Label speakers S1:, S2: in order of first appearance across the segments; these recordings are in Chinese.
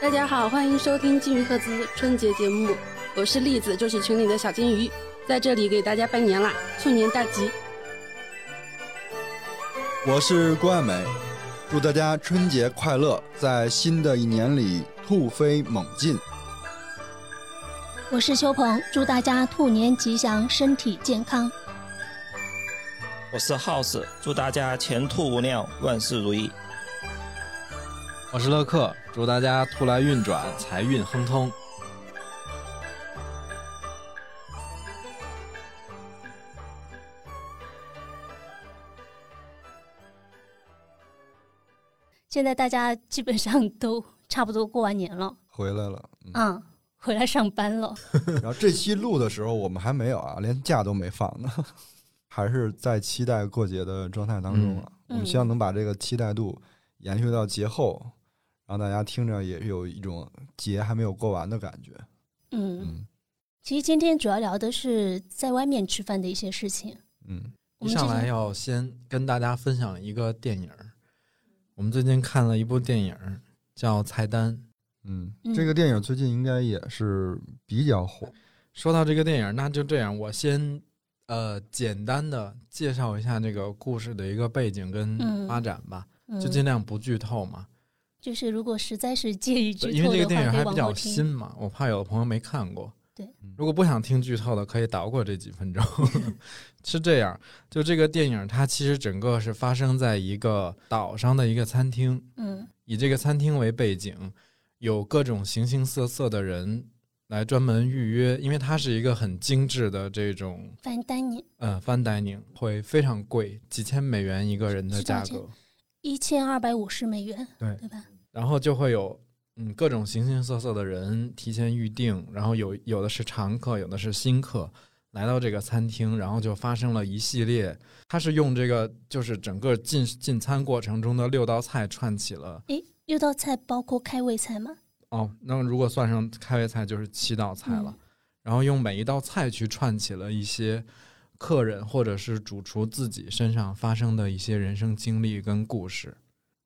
S1: 大家好，欢迎收听金鱼赫兹春节节目，我是栗子，就是群里的小金鱼，在这里给大家拜年啦，兔年大吉！
S2: 我是郭爱美，祝大家春节快乐，在新的一年里突飞猛进。
S3: 我是秋鹏，祝大家兔年吉祥，身体健康。
S4: 我是 House，祝大家前途无量，万事如意。
S5: 我是乐克，祝大家兔来运转，财运亨通。
S3: 现在大家基本上都差不多过完年了，
S2: 回来了，嗯。
S3: 嗯，回来上班了。
S2: 然后这期录的时候，我们还没有啊，连假都没放呢， 还是在期待过节的状态当中啊。
S3: 嗯
S2: 我们希望能把这个期待度延续到节后，让大家听着也有一种节还没有过完的感觉。
S3: 嗯，
S2: 嗯
S3: 其实今天主要聊的是在外面吃饭的一些事情。
S2: 嗯，
S3: 我们
S5: 一
S3: 之
S5: 上来
S3: 前
S5: 要先跟大家分享一个电影儿，我们最近看了一部电影儿叫《菜单》。
S2: 嗯
S3: 嗯，
S2: 这个电影最近应该也是比较火。
S5: 说到这个电影儿，那就这样，我先呃简单的介绍一下这个故事的一个背景跟
S3: 嗯
S5: 发展吧，
S3: 嗯
S5: 就尽量不剧透嘛，
S3: 就是如果实在是介意剧
S5: 对因为
S3: 透
S5: 这
S3: 的
S5: 个电影
S3: 话，可
S5: 儿
S3: 以
S5: 还比
S3: 往
S5: 较
S3: 后
S5: 新
S3: 听。
S5: 嘛，我怕有的朋友没看过。
S3: 对
S2: 嗯
S5: 如果不想听剧透的，可以倒过这几 分钟。是这样，就这个电影儿，它其实整个是发生在一个岛上的一个餐厅，
S3: 嗯
S5: 以这个餐厅为背景，有各种形形色色的人来专门预约，因为它是一个很精致的这种
S3: ，fine dining
S5: 呃 fine dining，会非常贵，几千美元一个人的
S3: 是多
S5: 价
S3: 少钱
S5: 格，
S3: 一千二百五十美元，
S5: 对
S3: 对吧？
S5: 然后就会有。嗯，各种形形色色的人提前预定，然后有有的是常客，有的是新客，来到这个餐厅，然后就发生了一系列。它是用这个就是整个进进餐过程中的六道菜串起了
S3: 诶，六道菜包括开胃菜吗？
S5: 哦，那如果算上开胃菜，就是七道菜了。
S3: 嗯
S5: 然后用每一道菜去串起了一些客人或者是主厨自己身上发生的一些人生经历跟故事。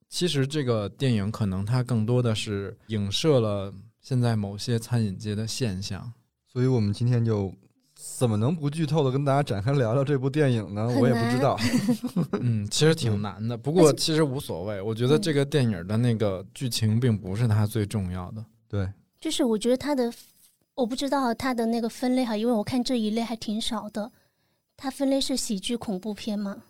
S5: 其实这个电影可能它更多的是影射了现在某些餐饮界的现象。
S2: 所以我们今天就怎么能不剧透的跟大家展开聊聊这部电影呢？
S3: 很
S2: 我也不知
S3: 难
S2: 道。
S5: 嗯，其实挺难的，不
S3: 而
S5: 过
S3: 且嗯
S5: 其实无所谓。我觉得这个电影的那个剧情并不是它最重要的。
S2: 对，
S3: 就是我觉得它的，我不知道它的那个分类哈，因为我看这一类还挺少的。它分类是喜剧恐怖片嘛，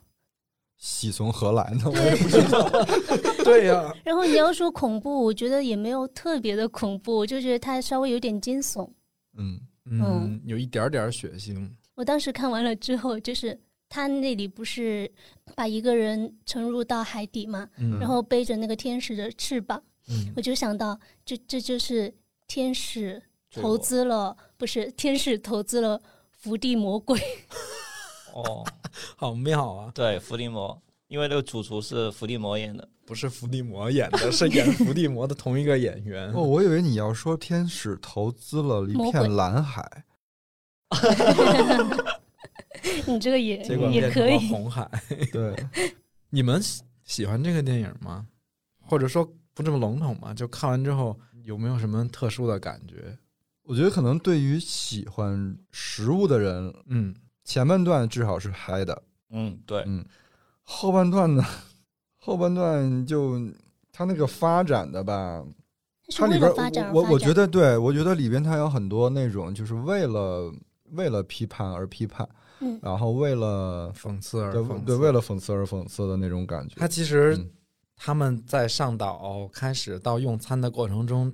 S2: 喜从何来呢？我也
S3: 对
S2: 不知道。
S5: 对呀、
S3: 然后你要说恐怖，我觉得也没有特别的恐怖，我就觉得它稍微有点惊悚。
S2: 嗯，
S5: 嗯，有一点点血腥。嗯
S3: 我当时看完了之后，就是他那里不是把一个人沉入到海底嘛，
S5: 嗯，
S3: 然后背着那个天使的翅膀，
S5: 嗯
S3: 我就想到，这这就是天使
S5: 这
S3: 投
S5: 个
S3: 资了，不是天使投资了伏地魔鬼，
S4: 哦，
S5: 好妙啊！
S4: 对，伏地魔，因为那个主厨是伏地魔演的，
S5: 不是伏地魔演的，是演伏地魔的同一个演 员。
S2: 哦，我以为你要说天使投资了一
S3: 魔鬼
S2: 片蓝海，
S3: 你这个也
S5: 结果
S3: 也
S5: 变成
S3: 可
S5: 了
S3: 以。
S5: 红海。
S2: 对，
S5: 你们喜喜欢这个电影吗？或者说不这么笼统吧？就看完之后有没有什么特殊的感觉？
S2: 我觉得可能对于喜欢食物的人，
S5: 嗯，
S2: 前半段至少是嗨的，
S4: 嗯，对，
S2: 嗯，后半段呢，后半段就它那个发展的吧，
S3: 是
S2: 它
S3: 为
S2: 里边
S3: 了发展而
S2: 我我我
S3: 发
S2: 觉
S3: 展，
S2: 得对，我觉得里边它有很多那种就是为了为了批判而批判，
S3: 嗯
S2: 然后为了
S5: 讽刺而
S2: 对
S5: 讽刺。
S2: 对为了讽刺而讽刺的那种感觉
S5: 他，其实
S2: 嗯
S5: 他们在上岛开始到用餐的过程中，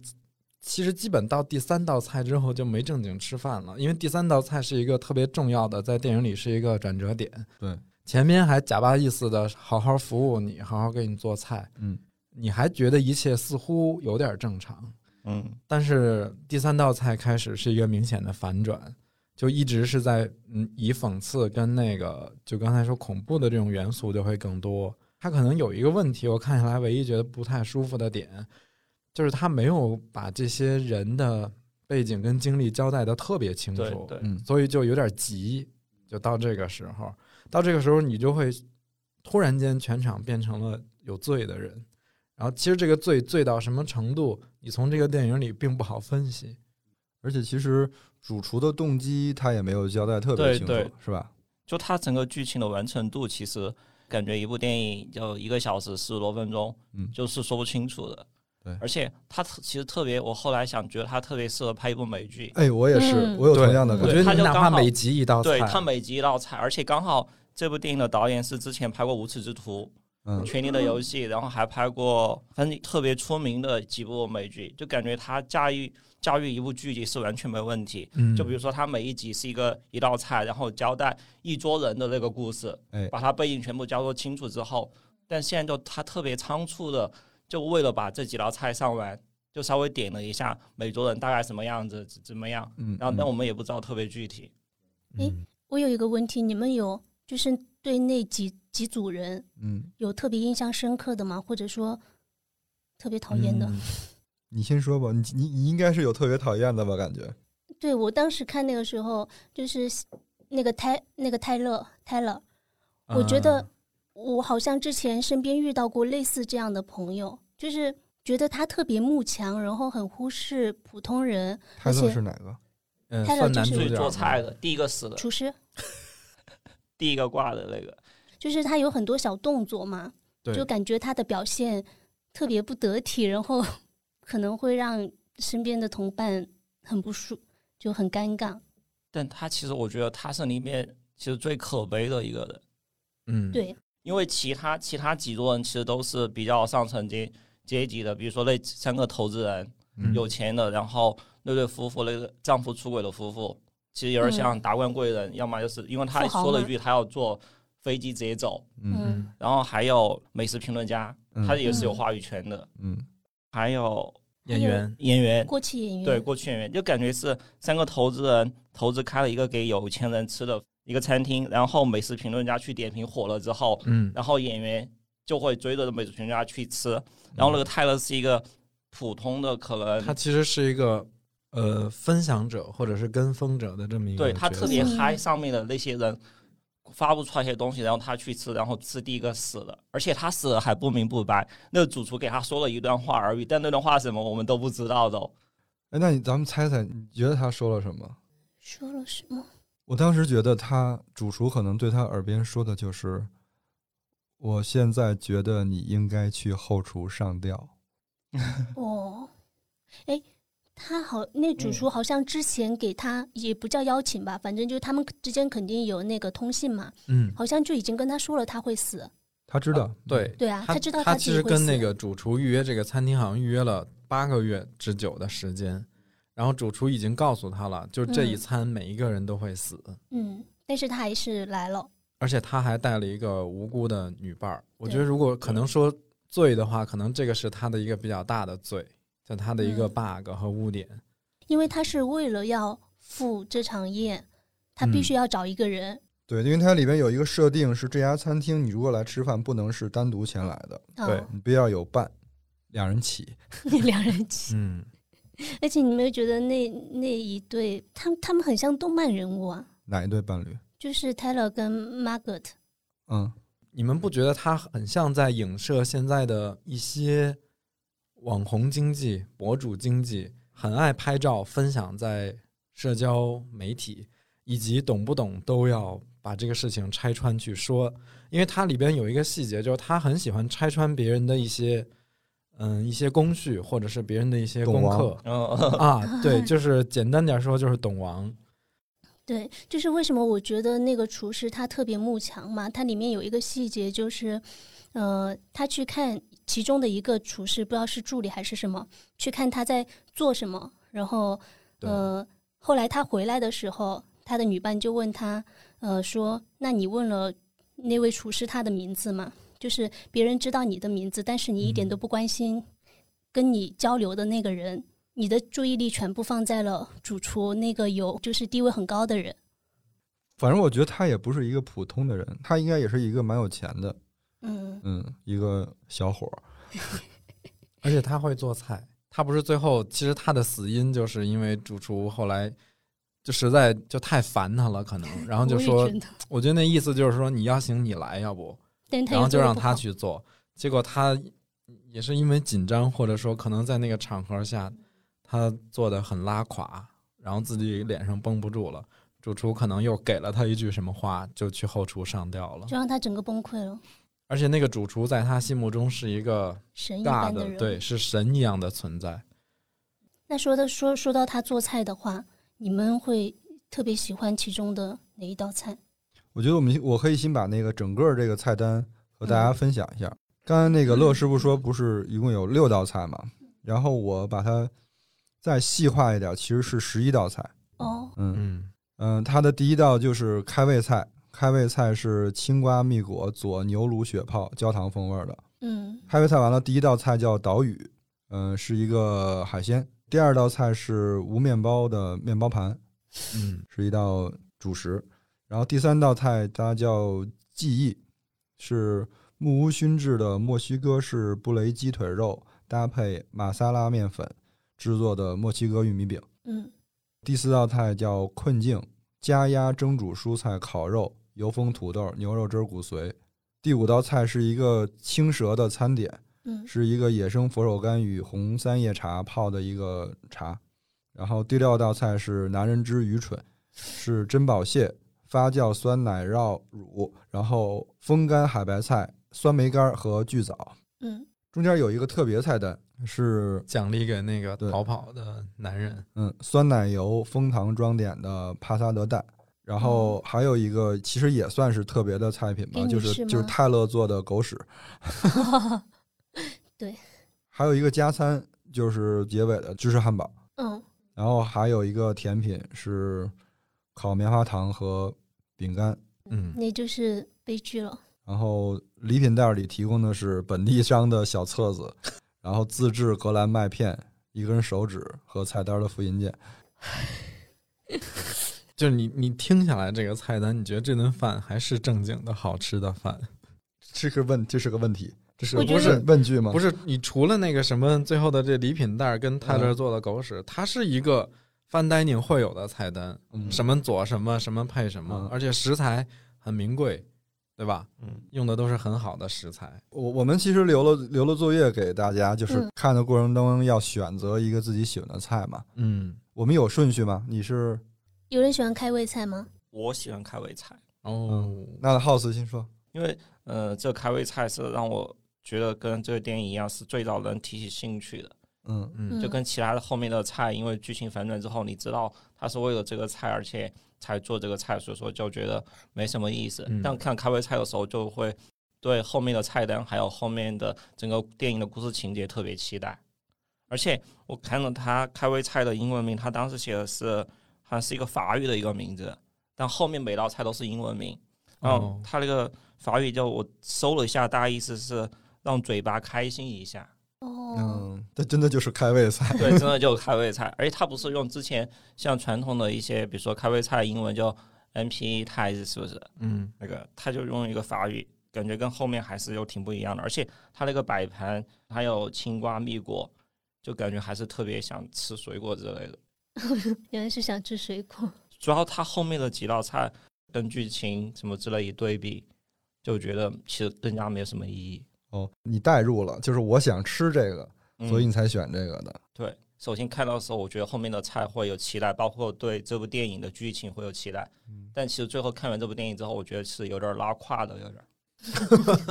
S5: 其实基本到第三道菜之后就没正经吃饭了，因为第三道菜是一个特别重要的，在电影里是一个转折点。
S2: 对，
S5: 前面还假巴意思的好好服务你，好好给你做菜，
S2: 嗯，
S5: 你还觉得一切似乎有点正常，
S4: 嗯，
S5: 但是第三道菜开始是一个明显的反转。就一直是在嗯，以讽刺跟那个就刚才说恐怖的这种元素就会更多。他可能有一个问题，我看下来唯一觉得不太舒服的点，就是他没有把这些人的背景跟经历交代的特别清楚。
S4: 对对，
S2: 嗯
S5: 所以就有点急，就到这个时候，到这个时候你就会突然间全场变成了有罪的人，然然后其实这个醉醉到什么程度，你从这个电影里并不好分析。
S2: 而且其实主厨的动机他也没有交代特别
S4: 对
S2: 清楚
S4: 对，
S2: 是吧？
S4: 就它整个剧情的完成度，其实感觉一部电影就一个小时四十多分钟，
S2: 嗯
S4: 就是说不清楚的。
S2: 对
S4: 而且它特其实特别，我后来想觉得它特别适合拍一部美剧，
S2: 哎，我也是，
S3: 嗯
S2: 我有同样的
S5: 我
S2: 感
S4: 对
S5: 觉
S2: 觉。
S5: 得
S4: 他
S5: 你
S4: 就
S5: 哪
S4: 刚
S5: 怕
S4: 好
S5: 每集一道菜，
S4: 对它每集一道菜，而且刚好这部电影的导演是之前拍过《无耻之徒》
S2: 嗯
S4: 《权力的游戏》，然后还拍过反正特别出名的几部美剧，就感觉他驾驭驾驭一部剧集是完全没问题。
S5: 嗯，
S4: 就比如说，他每一集是一个一道菜，然后交代一桌人的那个故事，
S2: 哎
S4: 把它背景全部交代清楚之后，但现在就他特别仓促的，就为了把这几道菜上完，就稍微点了一下每桌人大概什么样子，怎怎么样，
S2: 嗯，
S4: 然后
S2: 嗯
S4: 但我们也不知道特别具体。
S3: 哎我有一个问题，你们有就是对那几几组人
S2: 嗯，
S3: 有特别印象深刻的吗？或者说特别讨厌的？
S5: 嗯
S2: 你先说吧，你你你应该是有特别讨厌的吧？感觉
S3: 对我当时看那个时候，就是那个泰那个泰勒泰勒，我觉得
S5: 啊
S3: 我好像之前身边遇到过类似这样的朋友，就是觉得他特别慕强，然后很忽视普通人，
S2: 泰勒
S3: 且
S2: 是哪个？
S5: 嗯
S3: 泰勒
S5: 算
S3: 就
S5: 男
S3: 是
S5: 主
S4: 所
S5: 角
S4: 以做
S5: 嘛
S4: 菜的第一个死的，
S3: 厨师，
S4: 第一个挂的那个，
S3: 就是他有很多小动作嘛，
S5: 对
S3: 就感觉他的表现特别不得体，然后 可能会让身边的同伴很不舒，就很尴尬。
S4: 但他其实我觉得他是里面其实最可悲的一个人。
S5: 嗯，
S3: 对，
S4: 因为其他其他几桌人其实都是比较上层阶阶级的，比如说那三个投资人，
S5: 嗯
S4: 有钱的，然后那对夫妇，那个丈夫出轨的夫妇，其实有点像达官贵人，要么就是因为他
S3: 嗯富豪
S4: 说了一
S3: 吗
S4: 句他要坐飞机直接走，
S2: 嗯
S3: 嗯
S5: 嗯
S4: 然后还有美食评论家，
S2: 嗯
S4: 他也是有
S3: 嗯
S4: 话语权的，
S2: 嗯
S4: 还有
S5: 演员
S4: 演员，
S3: 过气演员，
S4: 对，过去演员就感觉是三个投资人投资开了一个给有钱人吃的一个餐厅，然后美食评论家去点评火了之后，
S5: 嗯
S4: 然后演员就会追着美食评论家去吃，然后那个泰勒是一个普通的，可
S5: 他
S4: 能
S5: 其实是一个呃分享者或者是跟风者的这么一个
S4: 对
S5: 角色，
S4: 他特别
S3: 嗯
S4: 嗨，上面的那些人发不出来一些东西，然后他去吃，然后吃第一个死了，而且他死了还不明不白，那个主厨给他说了一段话而已，但那段话是什么我们都不知道的哦。
S2: 哎，那你咱们猜猜，你觉得他说了什么？
S3: 说了什么？
S2: 我当时觉得他主厨可能对他耳边说的就是：“我现在觉得你应该去后厨上吊。
S3: 哦，哎，他好，那
S5: 嗯
S3: 主厨好像之前给他也不叫邀请吧，反正就是他们之间肯定有那个通信嘛，
S5: 嗯
S3: 好像就已经跟他说了他会死，”
S2: 他知道，嗯
S5: 对。
S3: 对啊，
S5: 他
S3: 知道
S5: 他
S3: 自
S5: 其
S3: 己
S5: 实
S3: 会死，
S5: 跟那个主厨预约这个餐厅好像预约了八个月之久的时间，然后主厨已经告诉他了，就这一
S3: 嗯
S5: 餐每一个人都会死，
S3: 嗯，但是他还是来了，
S5: 而且他还带了一个无辜的女伴儿。我觉
S3: 对
S5: 得如果可能说罪的话，可能这个是他的一个比较大的罪，就他的一个
S3: 嗯
S5: bug 和污点。
S3: 因为他是为了要赴这场宴，他必
S5: 嗯
S3: 须要找一个人，
S2: 对，因为它里边有一个设定是这家餐厅，你如果来吃饭，不能是单独前来的，
S3: 啊，
S2: 你必要有伴，两人起。
S3: 两人骑，
S5: 嗯，
S3: 而且你没有觉得那那一对，他们他们很像动漫人物啊，
S2: 哪一对伴侣？
S3: 就是 Taylor 跟 Margaret，
S2: 嗯，
S5: 你们不觉得他很像在影射现在的一些网红经济、博主经济，很爱拍照分享在社交媒体，以及懂不懂都要把这个事情拆穿去说？因为它里边有一个细节，就是他很喜欢拆穿别人的一些，嗯，一些工序或者是别人的一些
S2: 懂
S5: 功
S2: 王
S5: 课
S4: 嗯，
S5: 啊。对，就是简单点说，就是懂王。
S3: 对，就是为什么我觉得那个厨师他特别慕强嘛？它里面有一个细节就是，呃，他去看其中的一个厨师，不知道是助理还是什么，去看他在做什么。然后，
S5: 对
S3: 呃，后来他回来的时候，他的女伴就问他，呃，说：“那你问了那位厨师他的名字吗？就是别人知道你的名字，但是你一点
S5: 嗯
S3: 都不关心跟你交流的那个人。”你的注意力全部放在了主厨那个有就是地位很高的人。
S2: 反正我觉得他也不是一个普通的人，他应该也是一个蛮有钱的，
S3: 嗯，
S2: 嗯，一个小伙儿。
S5: 而且他会做菜，他不是最后其实他的死因就是因为主厨后来就实在就太烦他了，可能，然后就
S3: 我
S5: 说
S3: 也，觉得，
S5: 我觉得那意思就是说你要行你来，要不，
S3: 但是他
S5: 然
S3: 又
S5: 后就
S3: 做得
S5: 让
S3: 不
S5: 他
S3: 好，
S5: 去做，结果他也是因为紧张，或者说可能在那个场合下，他做的很拉垮，然后自己脸上绷不住了，主厨可能又给了他一句什么话，就去后厨上吊了
S3: 就。让他整个崩溃了，
S5: 而且那个主厨在他心目中是一个
S3: 神一
S5: 大
S3: 般
S5: 的，
S3: 人。
S5: 对，是神一样的存在。
S3: 那说到说说到他做菜的话，你们会特别喜欢其中的哪一道菜？
S2: 我觉得我们我可以先把那个整个这个菜单和大家分享一下。刚才那个乐师傅说，不是一共有六道菜嘛？然后我把它再细化一点，其实是十一道菜。
S3: 哦，
S2: 嗯
S5: 嗯，
S2: 嗯、它的第一道就是开胃菜，开胃菜是青瓜、蜜果、佐牛乳、血泡、焦糖风味儿的。
S3: 嗯，
S2: 开胃菜完了，第一道菜叫岛屿，嗯、是一个海鲜。第二道菜是无面包的面包盘，
S5: 嗯，
S2: 是一道主食。然后第三道菜它叫记忆，是木屋熏制的墨西哥式布雷鸡腿肉搭配马萨拉面粉制作的墨西哥玉米饼。
S3: 嗯，
S2: 第四道菜叫困境，加压蒸煮蔬菜烤肉、油封土豆、牛肉汁儿骨髓。第五道菜是一个青蛇的餐点，
S3: 嗯，
S2: 是一个野生佛手柑与红三叶茶泡的一个茶。然后第六道菜是男人之愚蠢，是珍宝蟹发酵酸奶酪乳，然后风干海白菜、酸梅干儿和巨枣。
S3: 嗯，
S2: 中间有一个特别菜单是
S5: 奖励给那个
S2: 对
S5: 逃跑的男人。
S2: 嗯酸奶油枫糖装点的帕萨德蛋。然后还有一个，其实也算是特别的菜品吧，
S3: 给你
S2: 就是
S3: 吃
S2: 就是
S3: 吗
S2: 泰勒做的狗屎，
S3: 对，
S2: 还有一个加餐，就是结尾的芝士汉堡。
S3: 嗯，
S2: 然后还有一个甜品是烤棉花糖和饼干，
S5: 嗯，
S3: 那就是悲剧了。
S2: 然后礼品袋里提供的是本地商的小册子，然后自制格兰麦片、一根手指和菜单的复印件。
S5: 就是你你听下来这个菜单，你觉得这顿饭还是正经的好吃的饭？
S2: 这个问这是个问题，这是
S3: 我觉
S2: 不是
S5: 得
S2: 问句吗？
S5: 不
S2: 是，
S5: 是，你除了那个什么最后的这礼品袋儿跟泰勒做的狗屎，它是一个 fine dining 会有的菜单，
S2: 嗯
S5: 什么佐什么什么配什么
S2: 嗯，
S5: 而且食材很名贵，对吧？
S6: 嗯，
S5: 用的都是很好的食材。
S2: 我我们其实留了留了作业给大家，就是
S3: 嗯
S2: 看的过程当中要选择一个自己喜欢的菜嘛。
S5: 嗯，
S2: 我们有顺序吗？你是
S3: 有人喜欢开胃菜吗？
S4: 我喜欢开胃菜，
S5: 哦，
S2: 那 House 先说，
S4: 因为呃，这开胃菜是让我觉得跟这个电影一样，是最早能提起兴趣的。
S2: 嗯
S5: 嗯
S4: 就跟其他的后面的菜，因为剧情反转之后，你知道他是为了这个菜，而且才做这个菜，所以说就觉得没什么意思。
S5: 嗯
S4: 但看开胃菜的时候，就会对后面的菜单还有后面的整个电影的故事情节特别期待。而且我看了他开胃菜的英文名，他当时写的是好像是一个法语的一个名字，但后面每道菜都是英文名。然后
S5: 哦
S4: 他那个法语叫我搜了一下，大意思是让嘴巴开心一下。
S3: 哦，
S2: 嗯，这真的就是开胃 菜，
S4: 对，真的就开胃菜，而且它不是用之前像传统的一些，比如说开胃菜英文叫 M P E 泰是不是？
S5: 嗯
S4: 那个它就用一个法语，感觉跟后面还是又挺不一样的。而且它那个摆盘还有青瓜、蜜果，就感觉还是特别想吃水果之类的。
S3: 原来是想吃水果。
S4: 主要它后面的几道菜跟剧情什么之类一对比，就觉得其实更加没有什么意义。
S2: 哦，你代入了，就是我想吃这个，
S4: 嗯
S2: 所以你才选这个的。
S4: 对，首先看到的时候，我觉得后面的菜会有期待，包括对这部电影的剧情会有期待。但其实最后看完这部电影之后，我觉得是有点拉胯的，有点。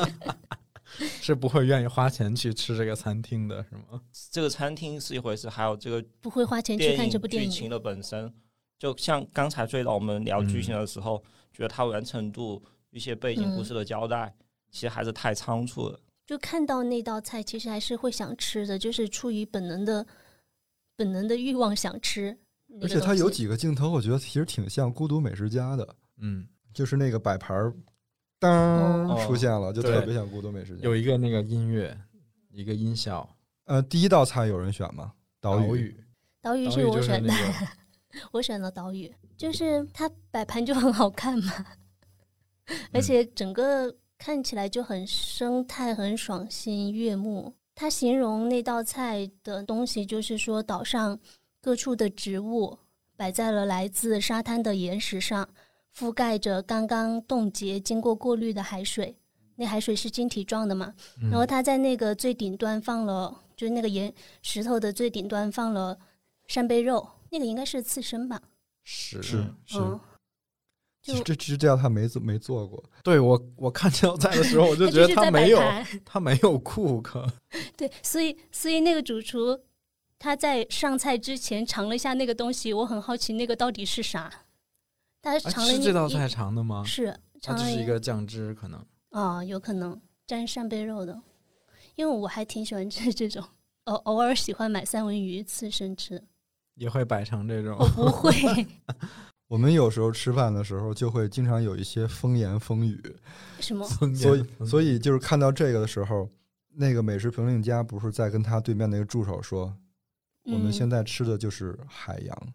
S5: 是不会愿意花钱去吃这个餐厅的，是吗？
S4: 这个餐厅是一回事，还有这个
S3: 不会花钱去
S4: 电
S3: 看
S4: 影
S3: 这部电
S4: 剧
S3: 影
S4: 情。的本身，就像刚才最早我们聊剧情的时候，
S3: 嗯
S4: 觉得它完成度、一些背景故事的交代，其实还是太仓促了。
S3: 就看到那道菜，其实还是会想吃的，就是出于本能的、本能的欲望想吃那个
S2: 而
S3: 东西。
S2: 且它有几个镜头，我觉得其实挺像《孤独美食家》的，
S5: 嗯，
S2: 就是那个摆盘儿，当
S4: 哦
S2: 出现了，就
S5: 对
S2: 特别像《孤独美食家》。
S5: 有一个那个音乐，一个音效，
S2: 呃，第一道菜有人选吗？岛屿。
S5: 岛屿，
S3: 岛屿
S5: 岛屿
S3: 是我
S5: 就是
S3: 选的，
S5: 那个，
S3: 我选了岛屿，就是它摆盘就很好看嘛，而且整个看起来就很生态、很爽心悦目。他形容那道菜的东西，就是说岛上各处的植物摆在了来自沙滩的岩石上，覆盖着刚刚冻结、经过过滤的海水。那海水是晶体状的嘛，
S5: 嗯
S3: 然后他在那个最顶端放了，就是那个岩石头的最顶端放了扇贝肉，那个应该是刺身吧？
S5: 是
S2: 是
S5: 是，
S3: 嗯，
S2: 其实
S3: 就
S2: 这这这道菜没做没做过，
S5: 对我我看这道菜的时 候，我就
S3: 它
S5: 觉得
S3: 是
S5: 他
S3: 在
S5: 没
S3: 摆
S5: 有
S3: 盘，
S5: 他没有 cook，
S3: 对，所以所以那个主厨他在上菜之前尝了一下那个东西，我很好奇那个到底是啥。他
S5: 哎
S3: 尝了
S5: 是
S3: 那
S5: 这道
S3: 一
S5: 菜尝的吗？
S3: 是
S5: 它
S3: 尝
S5: 只
S3: 了
S5: 是一个酱汁，可能
S3: 啊、有可能沾扇贝肉的，因为我还挺喜欢吃这种，偶偶尔喜欢买三文鱼刺身吃。
S5: 也会摆成这种
S3: 我。不 会
S2: 我们有时候吃饭的时候就会经常有一些风言风语，
S3: 什么，
S2: 所以所
S5: 以
S2: 以就是看到这个的时候，那个美食评论家不是在跟他对面那个助手说，我们
S3: 嗯
S2: 现在吃的就是海洋。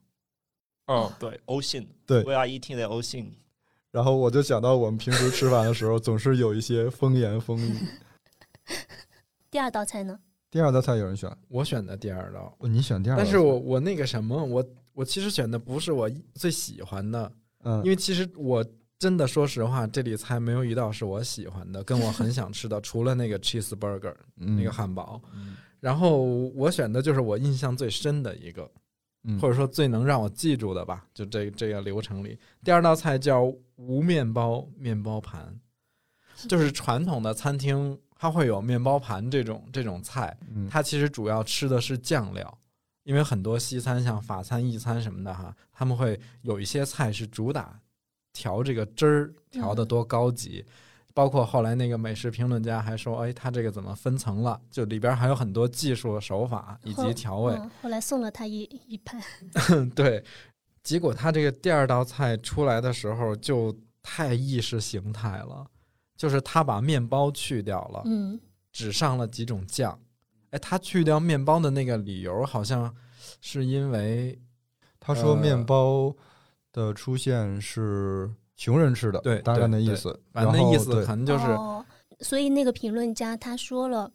S4: 哦，对，欧信，
S2: 对
S4: ，We are eating the E ocean。
S2: 然后我就想到我们平时吃饭的时候总是有一些风言风语。
S3: 第二道菜呢？
S2: 第二道菜有人选，
S5: 我选的第二道，
S2: 哦你选第二道
S5: 但
S2: 菜，
S5: 是我我那个什么，我我其实选的不是我最喜欢的，
S2: 嗯，
S5: 因为其实我真的说实话，这里菜没有一道是我喜欢的，跟我很想吃的， 除了那个 cheeseburger
S2: 嗯
S5: 那个汉堡。然后我选的就是我印象最深的一个，
S2: 嗯
S5: 或者说最能让我记住的吧，就这这个流程里，第二道菜叫无面包面包盘，就是传统的餐厅它会有面包盘这种这种菜，
S2: 嗯
S5: 它其实主要吃的是酱料，因为很多西餐像法餐、意餐什么的哈，他们会有一些菜是主打调这个汁儿调的多高级。包括后来那个美食评论家还说，哎，它这个怎么分层了？就里边还有很多技术手法以及
S3: 后
S5: 调味。
S3: 嗯，后来送了他一一盘，
S5: 对，结果他这个第二道菜出来的时候就太意识形态了，就是他把面包去掉了，
S3: 嗯，
S5: 只上了几种酱。哎，他去掉面包的那个理由好像是因为
S2: 他说
S5: 呃
S2: 面包的出现是穷人吃的，
S5: 对
S2: 大概
S5: 对
S2: 那意
S5: 对
S2: 思。
S5: 反正
S2: 然后
S5: 那意思
S2: 对
S5: 可能就是、
S3: 哦，所以那个评论家他说了，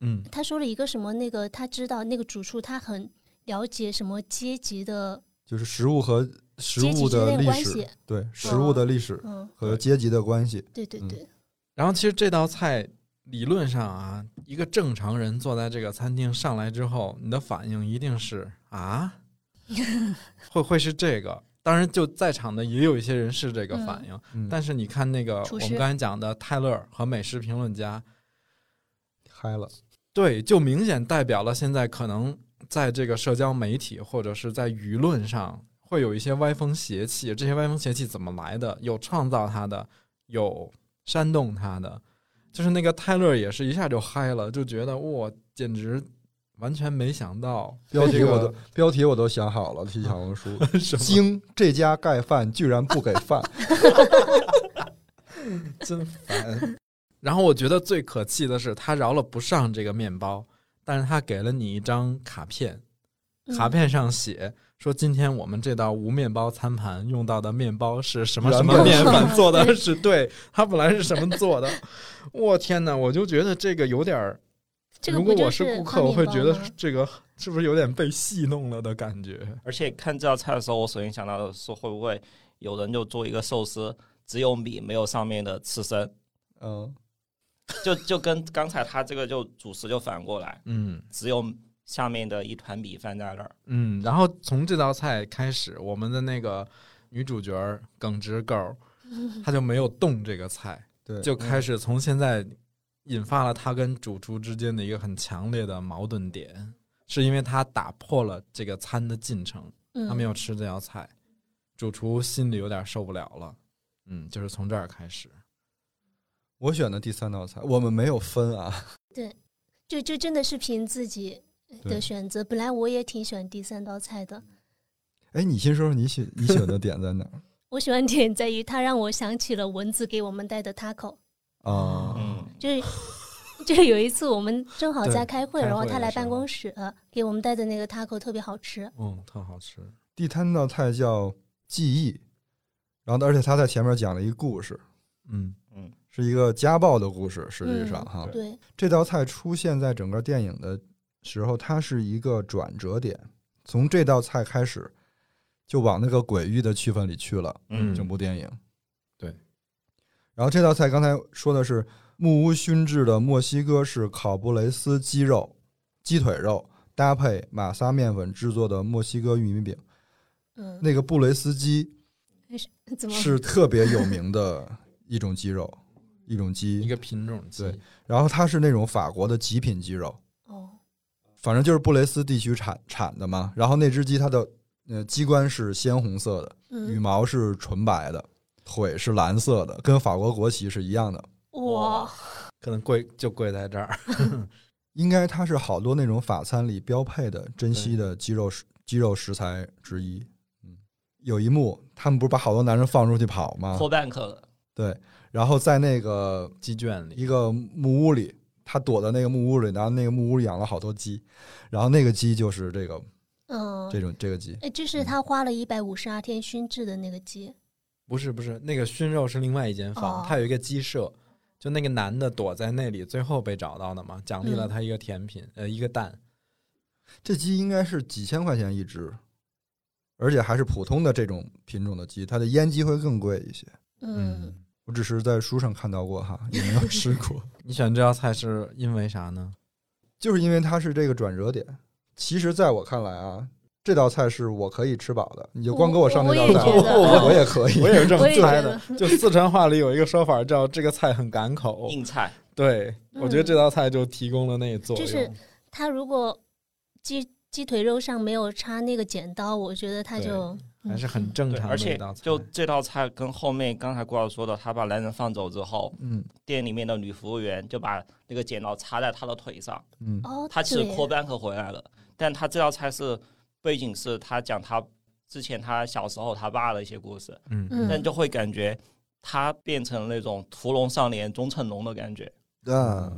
S5: 嗯，
S3: 他说了一个什么那个他知道那个主厨他很了解什么阶级的，
S2: 就是食物和食
S3: 阶级
S2: 物
S3: 之
S2: 的
S3: 间的
S2: 历
S3: 关
S2: 史
S3: 系，
S2: 对食物的历史
S3: 嗯，
S2: 和阶级的关系。
S3: 对对
S2: 嗯
S3: 对，
S5: 然后其实这道菜理论上啊，一个正常人坐在这个餐厅上来之后，你的反应一定是啊， 会会是这个。当然，就在场的也有一些人是这个反应，
S2: 嗯，
S5: 但是你看那个
S3: 厨
S5: 我
S3: 师
S5: 们刚才讲的泰勒和美食评论家，
S2: 嗨了，
S5: 对，就明显代表了现在可能在这个社交媒体或者是在舆论上会有一些歪风邪气。这些歪风邪气怎么来的？有创造它的，有煽动它的。就是那个泰勒也是一下就嗨了，就觉得哇，简直完全没想到
S2: 标
S5: 被
S2: 题
S5: 这
S2: 我
S5: 个
S2: 都标题我都想好了，提小红书。
S5: 什么
S2: 惊！这家盖饭居然不给饭，
S5: 真烦。然后我觉得最可气的是，他饶了不上这个面包，但是他给了你一张卡片，
S3: 嗯
S5: 卡片上写说今天我们这道无面包餐盘用到的面包是什么
S2: 原
S5: 什么
S2: 本
S5: 面粉
S3: 是
S5: 做的，是对，它本来是什么做的。我天哪，我就觉得这个有点儿，
S3: 这个
S5: 如
S3: 不
S5: 果
S3: 就
S5: 我是顾客，我会觉
S3: 画面
S5: 得
S3: 包吗
S5: 这个是不是有点被戏弄了的感觉？
S4: 而且看这道菜的时候，我首先想到的是会不会有人就做一个寿司，只有米没有上面的刺身，
S2: 嗯，
S4: 就就跟刚才他这个就主食就反过来，
S5: 嗯。
S4: 只有下面的一团米饭在那儿。
S5: 嗯，然后从这道菜开始，我们的那个女主角儿耿直狗儿，她就没有动这个菜，
S2: 对，
S5: 就开始从现在引发了她跟主厨之间的一个很强烈的矛盾点，是因为她打破了这个餐的进程，
S3: 嗯，
S5: 她没有吃这道菜，主厨心里有点受不了了。嗯，就是从这儿开始。
S2: 我选的第三道菜，我们没有分啊，
S3: 就就真的是凭自己
S2: 对
S3: 的选择。本来我也挺喜欢第三道菜的，
S2: 哎，你先说说你喜你喜欢的点在哪儿
S3: 我喜欢点在于它让我想起了蚊子给我们带的 taco，
S2: 啊？
S4: 嗯，
S3: 就是。就是有一次我们正好在
S5: 对
S3: 开会，
S5: 开
S3: 然后
S5: 会
S3: 他
S5: 的
S3: 来
S5: 时
S3: 办
S5: 候
S3: 公室、呃给我们带的那个 taco 特别好吃。
S5: 嗯，特好吃。
S2: 第三道菜叫记忆，然后而且他在前面讲了一个故事，
S5: 嗯，
S2: 是一个家暴的故事，实际上
S3: 嗯
S2: 哈，
S3: 对，
S2: 这道菜出现在整个电影的时候，它是一个转折点，从这道菜开始就往那个鬼域的气氛里去了。
S5: 嗯
S2: 整部电影。
S5: 对。
S2: 然后这道菜刚才说的是木屋熏制的墨西哥式烤布雷斯鸡肉、鸡腿肉搭配马萨面粉制作的墨西哥玉米饼。
S3: 嗯，
S2: 那个布雷斯鸡
S3: 怎么
S2: 是特别有名的一种鸡肉， 一种
S5: 一
S2: 鸡。
S5: 个品种鸡，
S2: 对然后它是那种法国的极品鸡肉，
S3: 哦，
S2: 反正就是布雷斯地区产产的嘛。然后那只鸡它的呃鸡冠是鲜红色的，羽
S3: 嗯，
S2: 毛是纯白的，腿是蓝色的，跟法国国旗是一样的。
S3: 哇，
S5: 可能贵就贵在这儿。
S2: 应该它是好多那种法餐里标配的珍稀的鸡肉食鸡肉食材之一。嗯，有一幕他们不是把好多男人放出去跑吗？
S4: 破 bank 了，
S2: 对，然后在那个
S5: 鸡圈里
S2: 一个木屋里，他躲在那个木屋里，然后那个木屋里养了好多鸡，然后那个鸡就是这个
S3: 嗯，
S2: 这种这个鸡，
S3: 哎，这
S5: 嗯
S3: 是他花了一百五十二天熏制的那个鸡，
S5: 不是不是，那个熏肉是另外一间
S3: 哦
S5: 房，它有一个鸡舍，就那个男的躲在那里，最后被找到的嘛，奖励了
S3: 嗯
S5: 他一个甜品，呃，一个蛋。
S2: 这鸡应该是几千块钱一只，而且还是普通的这种品种的鸡，它的阉鸡会更贵一些。
S3: 嗯，，
S2: 我只是在书上看到过哈，也没有吃过。
S5: 你选这道菜是因为啥呢？
S2: 就是因为它是这个转折点。其实，在我看来啊，这道菜是我可以吃饱的，你就光给上这道
S3: 我
S2: 菜，
S3: 也觉得
S2: 我我也可以。
S5: 我也是这么
S3: 我也觉
S5: 猜
S3: 得
S5: 的。就四川话里有一个说法叫“这个菜很赶口
S4: 硬菜，”，
S5: 对
S3: 嗯
S5: 我觉得这道菜就提供了那作用。
S3: 就是他如果鸡鸡腿肉上没有插那个剪刀，我觉得他
S5: 对
S3: 就嗯
S5: 还是很正
S4: 对，
S5: 常
S4: 而
S5: 的一
S4: 且
S5: 道菜。
S4: 就这道菜跟后面刚才郭老师说的，他把男人放走之后，
S2: 嗯
S4: 店里面的女服务员就把那个剪刀插在他的腿上，
S2: 嗯，
S3: 哦，
S4: 他吃
S3: 对
S4: call back 回来了，但他这道菜是背景是他讲他之前他小时候他爸的一些故事，
S5: 嗯
S3: 嗯
S4: 但就会感觉他变成那种屠龙上联钟成龙的感觉，
S2: 啊，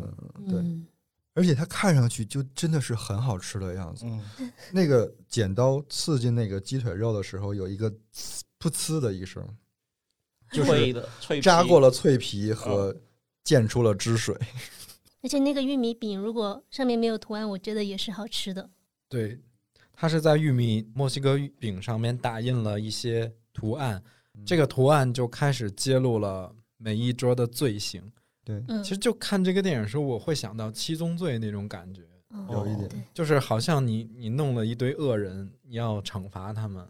S2: 对
S3: 嗯
S2: 而且它看上去就真的是很好吃的样子。
S4: 嗯，
S2: 那个剪刀刺进那个鸡腿肉的时候，有一个呲噗呲的一声，就是
S4: 脆的脆皮
S2: 扎过了脆皮和溅出了汁水。
S3: 而且那个玉米饼如果上面没有图案，我觉得也是好吃的。
S5: 对，它是在玉米墨西哥饼上面打印了一些图案，
S4: 嗯
S5: 这个图案就开始揭露了每一桌的罪行。
S2: 对，
S3: 嗯，
S5: 其实就看这个电影的时候，我会想到七宗罪那种感觉，
S3: 嗯
S2: 有一
S5: 哦
S2: 点
S3: 对
S5: 就是好像你你弄了一堆恶人，你要惩罚他们。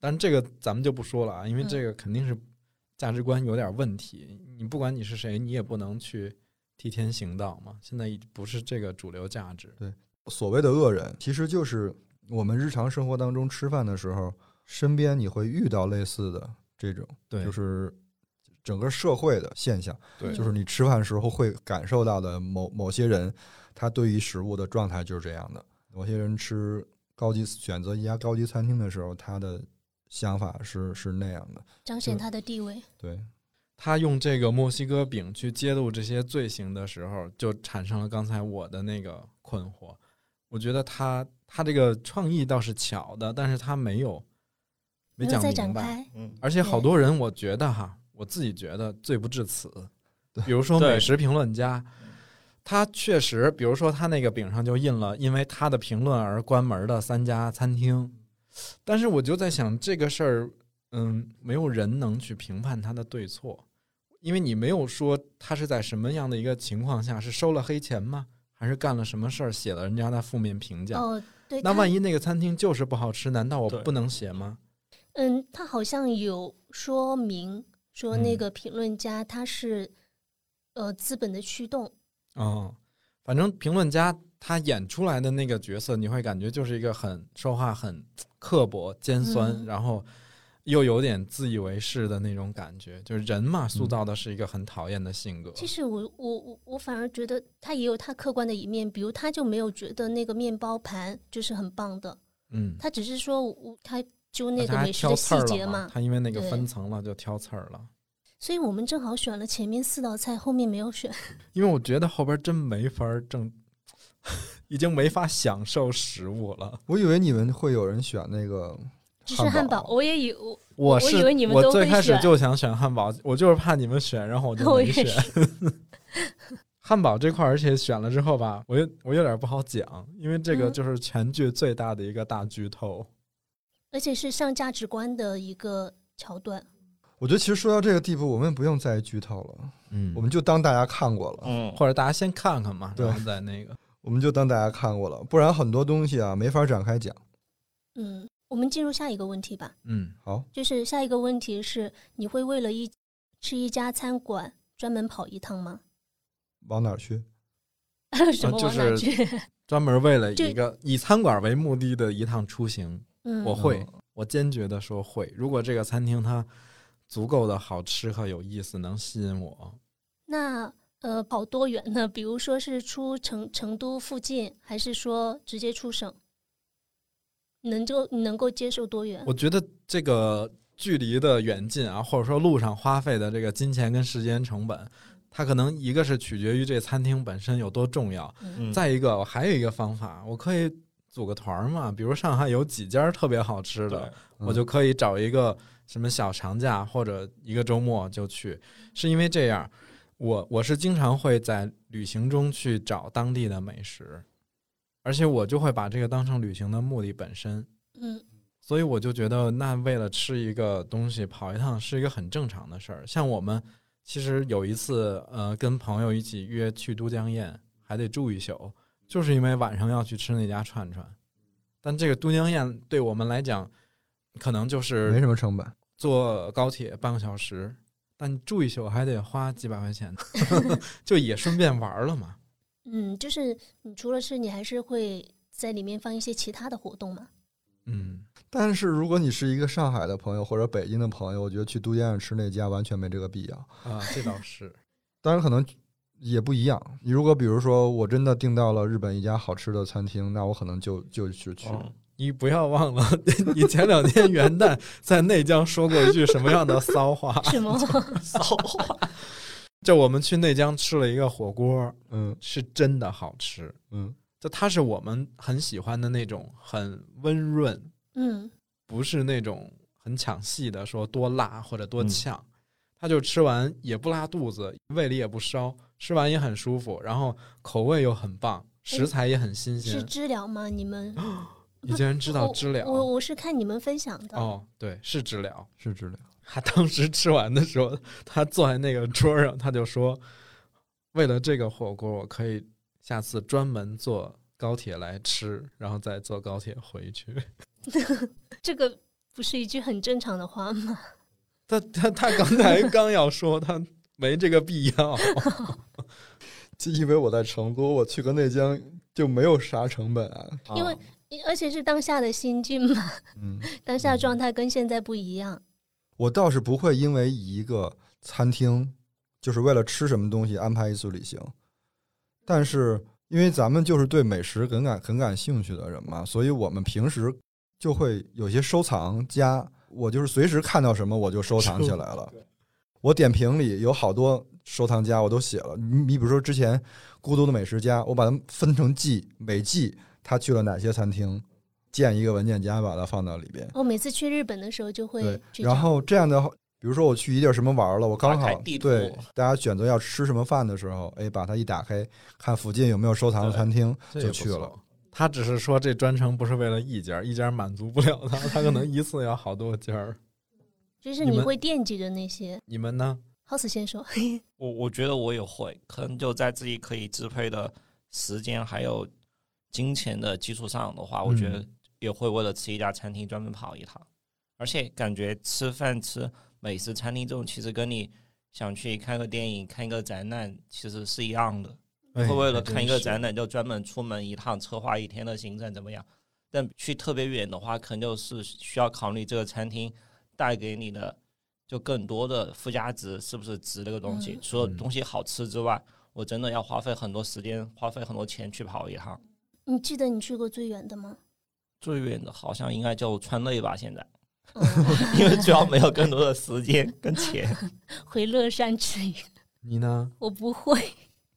S5: 但这个咱们就不说了啊，因为
S3: 嗯
S5: 这个肯定是价值观有点问题。你不管你是谁，你也不能去替天行道嘛。现在已不是这个主流价值。
S2: 所谓的恶人，其实就是我们日常生活当中吃饭的时候，身边你会遇到类似的这种。
S5: 对
S2: 就，是整个社会的现象，
S3: 嗯
S5: 对
S2: 就是你吃饭时候会感受到的某某些人，他对于食物的状态就是这样的。某些人吃高级选择一家高级餐厅的时候，他的想法是是那样的。
S3: 彰显
S2: 就
S3: 他的地位。
S2: 对，
S5: 他用这个墨西哥饼去揭露这些罪行的时候，就产生了刚才我的那个困惑。我觉得他他这个创意倒是巧的，但是他没有没
S3: 有
S5: 讲
S3: 再展
S5: 明白。
S3: 开，
S4: 嗯，
S5: 而且好
S3: 对
S5: 多人，我觉得哈，我自己觉得罪不至此。
S2: 对
S5: 比如说
S4: 对
S5: 美食评论家，他确实，比如说他那个饼上就印了因为他的评论而关门的三家餐厅，但是我就在想这个事儿，嗯，没有人能去评判他的对错，因为你没有说他是在什么样的一个情况下，是收了黑钱吗？还是干了什么事儿写了人家的负面评价？
S3: 哦，对，
S5: 那
S3: 他
S5: 万一那个餐厅就是不好吃，难道我
S4: 对
S5: 不能写吗？
S3: 嗯，他好像有说明说那
S5: 嗯
S3: 个评论家他是呃资本的驱动，
S5: 哦，反正评论家他演出来的那个角色，你会感觉就是一个很说话很刻薄、尖酸，
S3: 嗯
S5: 然后又有点自以为是的那种感觉。就是人嘛，塑造的是一个很讨厌的性格。
S3: 其实我我我我反而觉得他也有他客观的一面，比如他就没有觉得那个面包盘就是很棒的，
S5: 嗯，
S3: 他只是说我他揪那
S5: 而且
S3: 个
S5: 还
S3: 美食
S5: 挑
S3: 的
S5: 刺
S3: 细
S5: 儿
S3: 节
S5: 了嘛，他因为那个
S3: 对
S5: 分层了就挑刺儿了。
S3: 所以我们正好选了前面四道菜，后面没有选。
S5: 因为我觉得后边真没法儿正， 已经没法享受食物了。
S2: 我以为你们会有人选那个
S3: 就是汉堡，
S2: 堡，啊
S3: 我也有，
S5: 我
S3: 我
S5: 是
S3: 以为你们都
S5: 我最
S3: 会
S5: 开始
S3: 选
S5: 就想选汉堡，我就是怕你们选，然后我就
S3: 我
S5: 没
S3: 也
S5: 选。
S3: 是，
S5: 汉堡这块儿，而且选了之后吧，我又我有点不好讲，因为这个
S3: 嗯
S5: 就是全剧最大的一个大剧透。
S3: 而且是上价值观的一个桥段。
S2: 我觉得其实说到这个地步，我们也不用再剧透了，
S5: 嗯
S2: 我们就当大家看过了，
S4: 嗯，
S5: 或者大家先看看嘛，
S2: 对
S5: 然后再那个，
S2: 我们就当大家看过了，不然很多东西啊没法展开讲。
S3: 嗯，我们进入下一个问题吧。
S5: 嗯
S2: 好，
S3: 就是下一个问题是，你会为了一吃一家餐馆专门跑一趟吗？
S2: 往哪儿去？
S3: 什么
S5: 啊就
S3: 往哪
S5: 是
S3: 去？
S5: 专门为了
S3: 这
S5: 一个以餐馆为目的的一趟出行，
S3: 嗯，
S5: 我会
S2: 嗯，
S5: 我坚决的说会。如果这个餐厅它足够的好吃和有意思，能吸引我，
S3: 那呃，跑多远呢？比如说是出成成都附近，还是说直接出省？能够你能够接受多远？
S5: 我觉得这个距离的远近啊，或者说路上花费的这个金钱跟时间成本，它可能一个是取决于这餐厅本身有多重要，
S4: 嗯
S5: 再一个我还有一个方法，我可以组个团儿嘛，比如上海有几家儿特别好吃的
S4: 对，嗯
S2: 嗯
S5: 我就可以找一个什么小长假或者一个周末就去，是因为这样，我我是经常会在旅行中去找当地的美食，而且我就会把这个当成旅行的目的本身，
S3: 嗯
S5: 所以我就觉得那为了吃一个东西跑一趟是一个很正常的事儿。像我们其实有一次呃跟朋友一起约去都江堰，还得住一宿，就是因为晚上要去吃那家串串，但这个都江堰对我们来讲。可能就是
S2: 嗯没什么成本，
S5: 坐高铁半个小时，但你住一宿还得花几百块钱， 就也顺便玩了嘛。
S3: 嗯，就是你除了吃，你还是会在里面放一些其他的活动 吗？
S5: 嗯，
S2: 但是如果你是一个上海的朋友或者北京的朋友，我觉得去都江堰吃那家完全没这个必要。
S5: 啊，这倒是，
S2: 当然可能也不一样。你如果比如说我真的订到了日本一家好吃的餐厅，那我可能就就是去。
S4: 嗯
S5: 哦你不要忘了， 你前两天元旦在内江说过一句什么样的骚话？
S3: 什么？
S4: 骚话，
S5: 就我们去内江吃了一个火锅，
S2: 嗯
S5: 是真的好吃，
S2: 嗯，
S5: 就它是我们很喜欢的那种，很温润，
S3: 嗯
S5: 不是那种很抢戏的，说多辣或者多
S4: 嗯
S5: 呛，他就吃完也不拉肚子，胃里也不烧，吃完也很舒服，然后口味又很棒，食材也很新
S3: 是
S5: 鲜。
S3: 知了吗？你们
S5: 你竟然知道
S3: 我
S5: 知了？
S3: 我我是看你们分享的。
S5: 哦，对，是知了。
S2: 是知了。
S5: 他当时吃完的时候，他坐在那个桌上，他就说：“为了这个火锅，我可以下次专门坐高铁来吃，然后再坐高铁回去。”
S3: 这个不是一句很正常的话吗？
S5: 他他他刚 才刚要说他没这个必要，
S2: 就因为我在成都，我去个内江就没有啥成本啊。
S3: 因为而且是当下的心境嘛，
S2: 嗯，
S3: 当下状态跟现在不一样。
S2: 我倒是不会因为一个餐厅就是为了吃什么东西安排一次旅行，但是因为咱们就是对美食很感很感兴趣的人嘛，所以我们平时就会有些收藏家，我就是随时看到什么我就收藏起来了。我点评里有好多收藏家，我都写了。你你比如说之前《孤独的美食家》，我把它们分成季，每季他去了哪些餐厅，建一个文件夹把它放到里边。
S3: 我哦每次去日本的时候就会
S2: 对，
S3: 去
S2: 然
S3: 找
S2: 后这样的话，比如说我去一地儿什么玩儿了，我刚
S4: 打
S2: 好
S4: 开地图
S2: 对大家选择要吃什么饭的时候，哎，把它一打开，看附近有没有收藏的
S4: 对
S2: 餐厅
S5: 这也
S2: 就
S5: 不
S2: 去了。
S5: 错。他只是说这专程不是为了一家，一家满足不了他，他可能一次要好多家儿。
S3: 就是
S5: 你
S3: 你
S5: 们
S3: 会惦记着那些。
S5: 你们呢？
S3: 好死先说，
S4: 我我觉得我也会，可能就在自己可以支配的时间还有金钱的基础上的话，我觉得也会为了吃一家餐厅专门跑一趟。而且感觉吃饭吃美食餐厅这种，其实跟你想去看个电影、看一个展览其实是一样的。
S5: 哎
S4: 会为了
S5: 还真
S4: 看一个
S5: 是
S4: 展览就专门出门一趟，策划一天的行程怎么样？但去特别远的话，可能就是需要考虑这个餐厅带给你的就更多的附加值是不是值这个东西。
S3: 嗯
S4: 除了东西好吃之外，我真的要花费很多时间、花费很多钱去跑一趟。
S3: 你记得你去过最远 的吗？
S4: 最远的好像应该就川内吧，现在，
S3: 嗯
S4: 因为主要没有更多的时间跟钱。
S3: 回乐山吃鱼，
S5: 你呢？
S3: 我不会。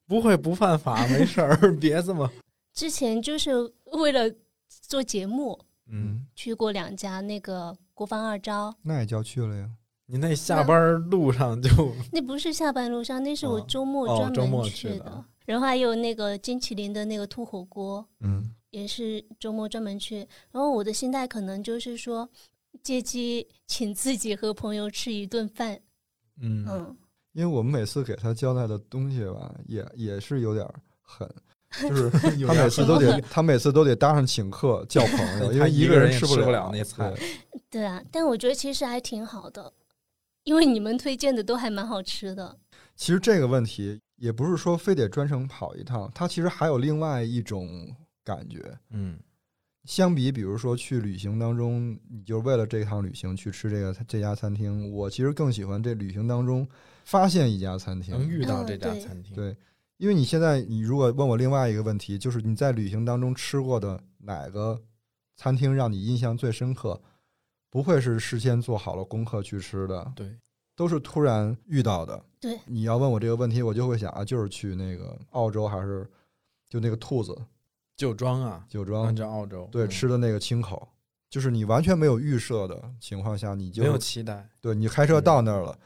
S5: 不会不犯法，没事儿， 别这么。
S3: 之前就是为了做节目，
S5: 嗯，，
S3: 去过两家那个国防二招，
S2: 那也叫去了呀。
S5: 你那下班路上就
S3: 那不是下班路上，那是我
S5: 哦
S3: 周末
S5: 哦
S3: 专
S5: 周末
S3: 门去
S5: 去的
S3: 的。然后还有那个金麒麟的那个兔火锅，
S2: 嗯，
S3: 也是周末专门去。然后我的心态可能就是说，借机请自己和朋友吃一顿饭。
S5: 嗯
S3: 嗯，
S2: 因为我们每次给他交代的东西吧，也也是有点儿 狠，就是他每次都得他每次都得搭上请客叫朋友，因
S5: 他
S2: 为
S5: 一
S2: 个
S5: 个人也
S2: 吃
S5: 吃不
S2: 了
S5: 了那菜
S2: 对
S3: 对啊，但我觉得其实还挺好的，因为你们推荐的都还蛮好吃的。
S2: 其实这个问题也不是说非得专程跑一趟，它其实还有另外一种感觉。
S5: 嗯
S2: 相比，比如说去旅行当中，你就为了这趟旅行去吃这个这家餐厅，我其实更喜欢这旅行当中发现一家餐厅，
S5: 能遇到
S3: 嗯
S5: 这家
S3: 对
S5: 餐厅，
S2: 对，因为你现在你如果问我另外一个问题，就是你在旅行当中吃过的哪个餐厅让你印象最深刻？不会是事先做好了功课去吃的，
S5: 对
S2: 都是突然遇到的。
S3: 对，
S2: 你要问我这个问题，我就会想啊，就是去那个澳洲还是就那个兔子
S5: 酒庄啊，
S2: 酒
S5: 按
S2: 庄，
S5: 照澳洲
S2: 对，
S5: 嗯
S2: 吃的那个青口，就是你完全没有预设的情况下，你就
S5: 没有期待，
S2: 对你开车到那儿了，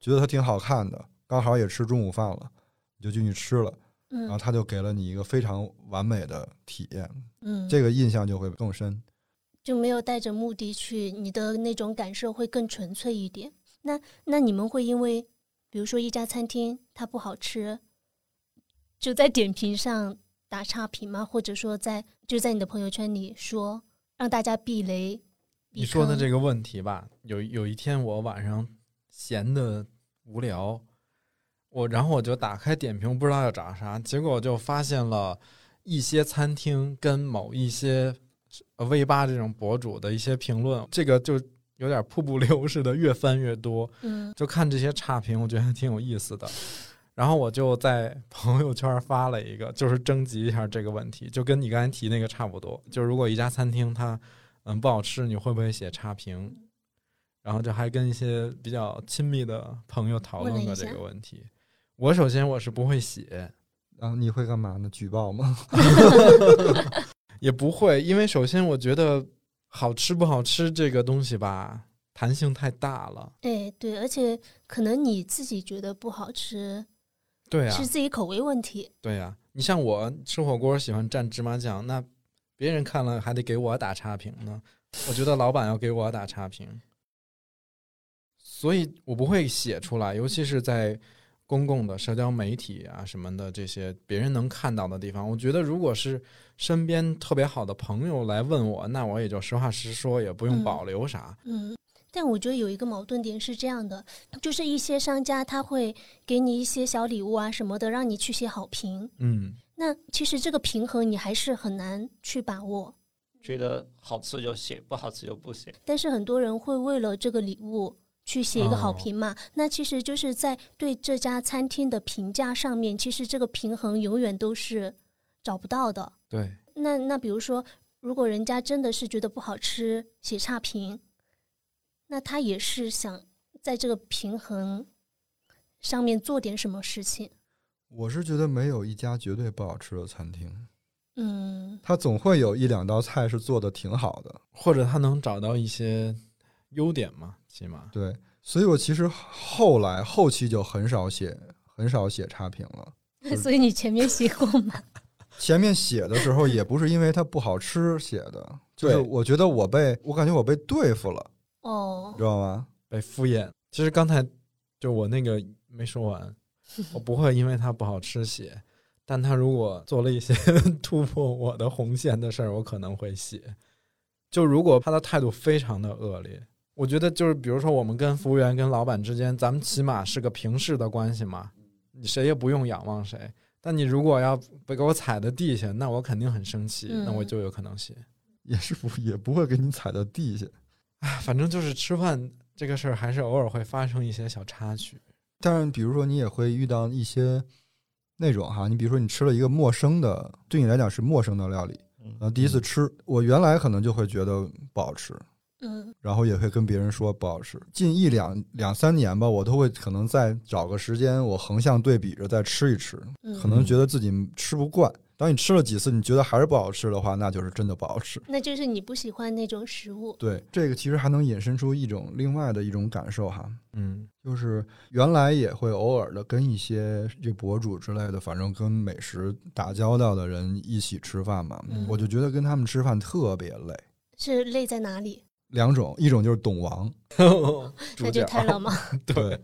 S2: 觉得它挺好看的，刚好也吃中午饭了，你就进去吃了。然后
S5: 啊
S3: 嗯
S2: 他就给了你一个非常完美的体验，
S3: 嗯，
S2: 这个印象就会更深。
S3: 就没有带着目的去，你的那种感受会更纯粹一点。那那你们会因为，比如说一家餐厅它不好吃，就在点评上打差评吗？或者说在就在你的朋友圈里说让大家避雷？避
S5: 你说的
S3: 坑
S5: 这个问题吧，有有一天我晚上闲的无聊，我然后我就打开点评，不知道要找啥，结果我就发现了一些餐厅跟某一些呃 V 八这种博主的一些评论，这个就有点瀑布 流似的，越翻越多。
S3: 嗯
S5: 就看这些差评，我觉得还挺有意思的。然后我就在 朋友圈发了一个，就是征集一下这个问题，就跟你刚才提那个差不多。就如果一家餐厅它嗯不好吃，你会不会写差评？然后就还跟一些比较亲密的朋友讨论过这个问题。我首先我是不会写，
S2: 然后你会干嘛呢？举报吗？
S5: 也不会，因为首先我觉得好吃不好吃这个东西吧，弹性太大了。
S3: 哎，对，而且可能你自己觉得不好吃，
S5: 对啊，
S3: 是自己口味问题。
S5: 对呀、你像我吃火锅喜欢蘸芝麻酱，那别人看了还得给我打差评呢。我觉得老板要给我打差评，所以我不会写出来，尤其是在公共的社交媒体啊什么的这些别人能看到的地方。我觉得如果是身边特别好的朋友来问我，那我也就实话实说，也不用
S3: 嗯
S5: 保留啥。
S3: 嗯，但我觉得有一个矛盾点是这样的，就是一些商家他会给你一些小礼物啊什么的，让你去写好评。
S5: 嗯，
S3: 那其实这个平衡你还是很难去把握。
S4: 觉得好吃就写，不好吃就不写。
S3: 但是很多人会为了这个礼物去写一个好
S5: 哦
S3: 评嘛，那其实就是在对这家餐厅的评价上面，其实这个平衡永远都是找不到的。
S5: 对，
S3: 那那比如说，如果人家真的是觉得不好吃，写差评，那他也是想在这个平衡上面做点什么事情。
S2: 我是觉得没有一家绝对不好吃的餐厅，
S3: 嗯，
S2: 它总会有一两道菜是做的挺好的。
S5: 或者他能找到一些优点嘛，起码
S2: 对，所以我其实后来后期就很少写，很少写差评了。是
S3: 所以你前面写过嘛？
S2: 前面写的时候也不是因为它不好吃写的，就是
S5: 对
S2: 我觉得我被我感觉我被对付了，
S3: 哦
S2: 你知，道吗？
S5: 被敷衍。其实刚才就我那个没说完，我不会因为它不好吃写，但它如果做了一些 突破我的红线的事儿，我可能会写。就如果他的态度非常的恶劣，我觉得就是比如说我们跟服务员、跟老板之间，咱们起码是个平视的关系嘛，你谁也不用仰望谁。但你如果要被给我踩在地下，那我肯定很生气，那我
S3: 嗯
S5: 就有可能写。
S2: 也是不也不会给你踩到地下。
S5: 哎，反正就是吃饭这个事儿，还是偶尔会发生一些小插曲。
S2: 但是比如说你也会遇到一些那种哈，你比如说你吃了一个陌生的，对你来讲是陌生的料理，然后
S4: 嗯，
S2: 第一次吃，我原来可能就会觉得不好吃，
S3: 嗯
S2: 然后也会跟别人说不好吃。近一两两三年吧，我都会可能再找个时间，我横向对比着再吃一吃，
S3: 嗯，
S2: 可能觉得自己吃不惯。当你吃了几次，你觉得还是不好吃的话，那就是真的不好吃。
S3: 那就是你不喜欢那种食物。
S2: 对，这个其实还能引申出一种另外的一种感受哈，
S5: 嗯，
S2: 就是原来也会偶尔的跟一些这博主之类的，反正跟美食打交道的人一起吃饭嘛，
S3: 嗯
S2: 我就觉得跟他们吃饭特别累。
S3: 是累在哪里？
S2: 两种，一种就是董王，
S3: 那
S5: 主
S3: 就
S5: 角
S3: 太 浪漫。
S2: 对，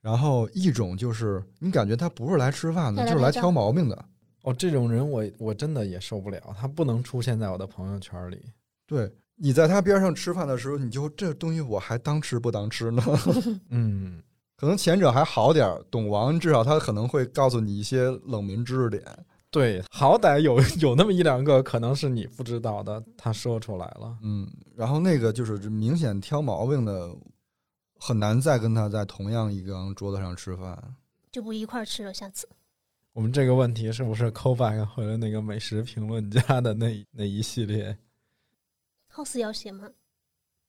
S2: 然后一种就是你感觉他不是来吃饭的，
S3: 他来
S2: 就是来
S3: 拍照
S2: 挑毛病的。
S5: 哦，这种人我我真的也受不了，他不能出现在我的朋友圈里。
S2: 对，你在他边上吃饭的时候，你就这东西我还当吃不当吃呢？
S5: 嗯，
S2: 可能前者还好点儿，董王至少他可能会告诉你一些冷门知识点。
S5: 对，好歹有有那么一两个可能是你不知道的，他说出来了。
S2: 嗯，然后那个就是明显挑毛病的，很难再跟他在同样一张桌子上吃饭。
S3: 就不一块儿吃了，下次。
S5: 我们这个问题是不是 call back 回了那个美食评论家的那那一系列？
S3: house 要写吗？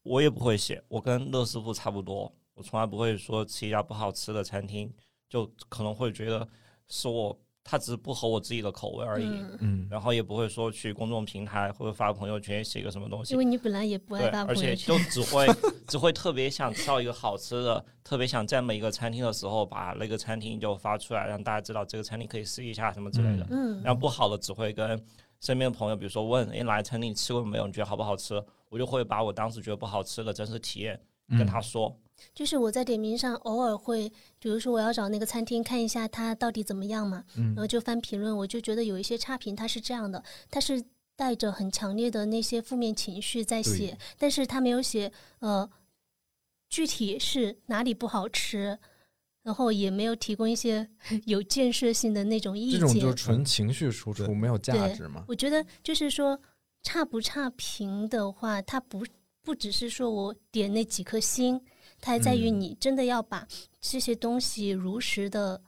S4: 我也不会写，我跟乐师傅差不多，我从来不会说吃一家不好吃的餐厅，就可能会觉得是我他只是不合我自己的口味而已，
S3: 嗯，
S5: 嗯，
S4: 然后也不会说去公众平台或者发朋友圈写个什么东西
S3: 因为，你本来也不
S4: 对
S3: 爱，发
S4: 而
S3: 朋
S4: 且
S3: 友
S4: 就
S3: 圈，
S4: 只会只会特别想吃到一个好吃的，特别想赞美一个餐厅的时候，把那个餐厅就发出来，让大家知道这个餐厅可以试一下什么之类的。
S3: 嗯，
S4: 然后不好的只会跟身边的朋友，比如说问，哎，哪家餐厅你吃过没有？你觉得好不好吃？我就会把我当时觉得不好吃的真实体验跟他说。
S3: 就是我在点评上偶尔会，比如说我要找那个餐厅看一下它到底怎么样嘛，
S5: 嗯
S3: 然后就翻评论，我就觉得有一些差评它是这样的，它是带着很强烈的那些负面情绪在
S5: 对
S3: 写，但是它没有写呃具体是哪里不好吃。然后也没有提供一些 有建设性的那种意
S5: 这
S3: 见，
S5: 种就纯情绪输出，
S2: 对
S5: 没有价
S3: 对
S5: 值嘛。
S3: 我觉得就是说，差不差评的话，它不不只是说我点那几颗星，它还在于
S5: 嗯
S3: 你真的要把这些东西如实的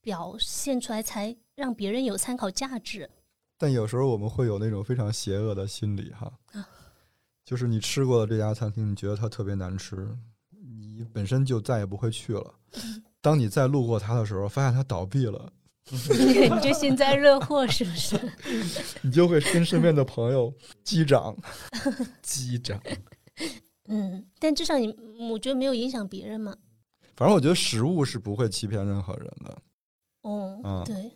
S3: 表现出来，才让别人有参考价值。
S2: 但有时候我们会有那种非常邪恶的心理哈
S3: 啊，
S2: 就是你吃过的这家餐厅，你觉得它特别难吃，你本身就再也不会去了。当你再路过它的时候，发现它倒闭了，
S3: 你就幸灾乐祸是不是？
S2: 你就会跟身边的朋友击掌。
S5: 机长，
S3: 嗯，但至少你，我觉得没有影响别人嘛。
S2: 反正我觉得食物是不会欺骗任何人的，
S3: 哦，
S2: 嗯
S3: 对，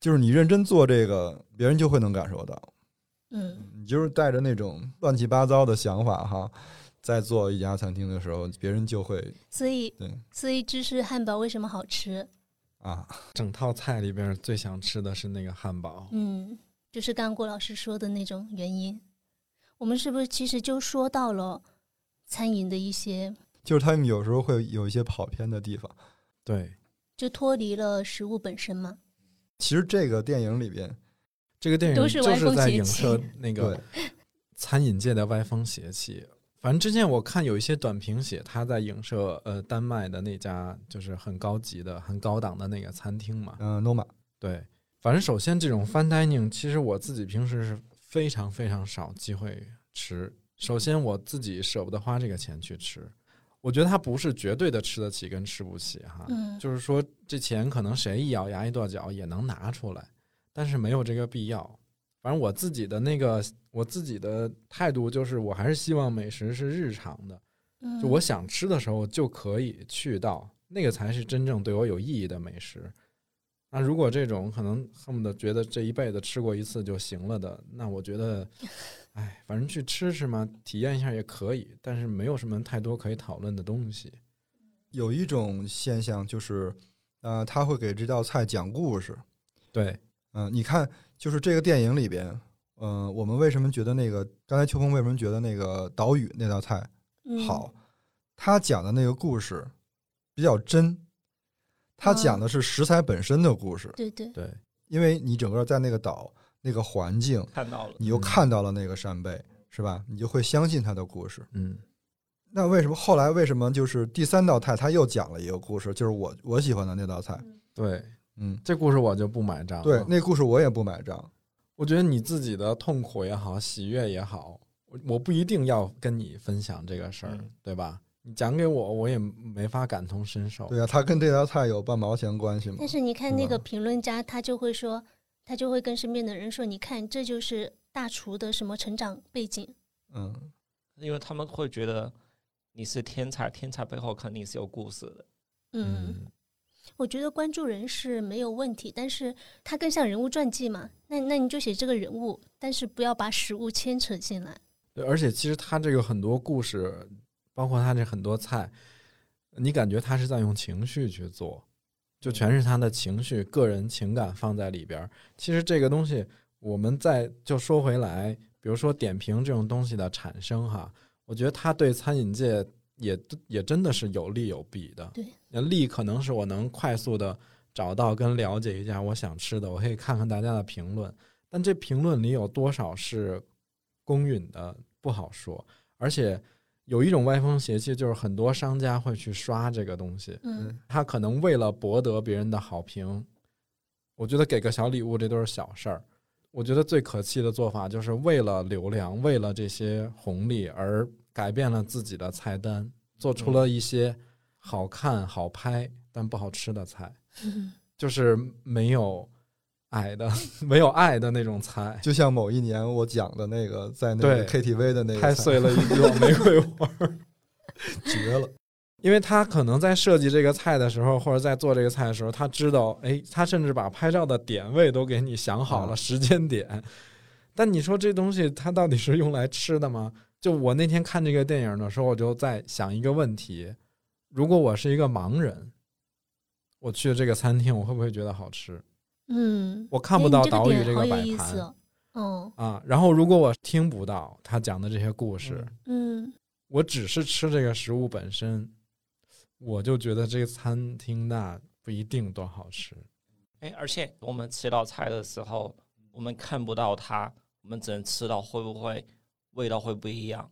S2: 就是你认真做这个，别人就会能感受到。
S3: 嗯，
S2: 你就是带着那种乱七八糟的想法哈，在做一家餐厅的时候，别人就会
S3: 所以
S2: 对
S3: 所以芝士汉堡为什么好吃？
S2: 啊，
S5: 整套菜里边最想吃的是那个汉堡。
S3: 嗯，就是刚刚郭老师说的那种原因。我们是不是其实就说到了餐饮的一些，
S2: 就是他们有时候会有一些跑偏的地方。
S5: 对，
S3: 就脱离了食物本身嘛？
S2: 其实这个电影里边，
S5: 这个电影
S3: 都是
S5: 就
S3: 歪
S5: 是
S3: 风
S5: 在
S3: 邪
S5: 影
S3: 气
S5: 射那个
S2: 对
S5: 餐饮界的歪风邪气。反正之前我看有一些短评写，他在影射呃丹麦的那家就是很高级的、很高档的那个餐厅嘛。
S2: 嗯、n o m a
S5: 对，反正首先这种 fine dining，其实我自己平时是非常非常少机会吃。首先我自己舍不得花这个钱去吃，我觉得它不是绝对的吃得起跟吃不起哈，
S3: 嗯
S5: 就是说这钱可能谁一咬牙一跺脚也能拿出来，但是没有这个必要。反正我自己的那个我自己的态度就是，我还是希望美食是日常的，
S3: 嗯，
S5: 就我想吃的时候就可以去到，那个才是真正对我有意义的美食。那如果这种可能恨不得觉得这一辈子吃过一次就行了的，那我觉得，哎，反正去吃吃嘛，体验一下也可以，但是没有什么太多可以讨论的东西。
S2: 有一种现象就是，呃，他会给这道菜讲故事。
S5: 对，
S2: 嗯、你看，就是这个电影里边，嗯、我们为什么觉得那个刚才秋风为什么觉得那个岛屿那道菜
S3: 嗯
S2: 好，，他讲的那个故事比较真，他讲
S3: 嗯
S2: 的是食材本身的故事，
S3: 对对，
S5: 对，
S2: 因为你整个在那个岛那个环境，
S4: 看到了，
S2: 你又
S5: 嗯
S2: 看到了那个扇贝，是吧？你就会相信他的故事。
S5: 嗯，
S2: 那为什么后来为什么就是第三道菜他又讲了一个故事，就是我我喜欢的那道菜，
S5: 对，
S2: 嗯，
S5: 这故事我就不买账了。
S2: 对，那故事我也不买账，
S5: 我觉得你自己的痛苦也好，喜悦也好，我我不一定要跟你分享这个事儿，
S4: 嗯
S5: 对吧？你讲给我，我也没法感同身受。
S2: 对啊，他跟这道菜有半毛钱关系吗
S3: 但？是你看那
S2: 是吧
S3: 个评论家，他就会说，他就会跟身边的人说，你看这就是大厨的什么成长背景，
S2: 嗯，
S4: 因为他们会觉得你是天才，天才背后肯定是有故事的。
S3: 嗯我觉得关注人是没有问题，但是它更像人物传记嘛。那那你就写这个人物，但是不要把食物牵扯进来。
S5: 对，而且其实他这个很多故事，包括他这很多菜，你感觉他是在用情绪去做，就全是他的情绪、个人情感放在里边儿。其实这个东西，我们再就说回来，比如说点评这种东西的产生哈，我觉得它对餐饮界也也真的是有利有弊的。
S3: 对，
S5: 那利可能是我能快速的找到跟了解一下我想吃的，我可以看看大家的评论，但这评论里有多少是公允的不好说，而且。有一种歪风邪气，就是很多商家会去刷这个东西，
S3: 嗯，
S5: 他可能为了博得别人的好评，我觉得给个小礼物这都是小事儿。我觉得最可气的做法就是为了流量，为了这些红利而改变了自己的菜单，做出了一些好看、好拍但不好吃的菜，就是没有爱的、 没有爱的那种菜，
S2: 就像某一年我讲的那个，在那个
S5: 对
S2: KTV 的那个
S5: 拍
S2: 菜
S5: 碎了一朵玫瑰花。
S2: 绝了，
S5: 因为他可能在设计这个菜的时候，或者在做这个菜的时候，他知道，哎，他甚至把拍照的点位都给你想好了，
S2: 嗯
S5: 时间点。但你说这东西它到底是用来吃的吗？就我那天看这个电影的时候，我就在想一个问题：如果我是一个盲人，我去这个餐厅，我会不会觉得好吃？
S3: 嗯，
S5: 我看
S3: 哎
S5: 不
S3: 你
S5: 到
S3: 这个
S5: 岛屿
S3: 点
S5: 这个
S3: 好有
S5: 摆
S3: 意
S5: 盘
S3: 思，嗯
S5: 啊。然后，如果我听不到他讲的这些故事，
S4: 嗯
S3: 嗯
S5: 我只是吃这个食物本身，我就觉得这个餐厅那不一定多好吃。
S4: 哎，而且我们吃到菜的时候，我们看不到它，我们只能吃到会不会味道会不一样？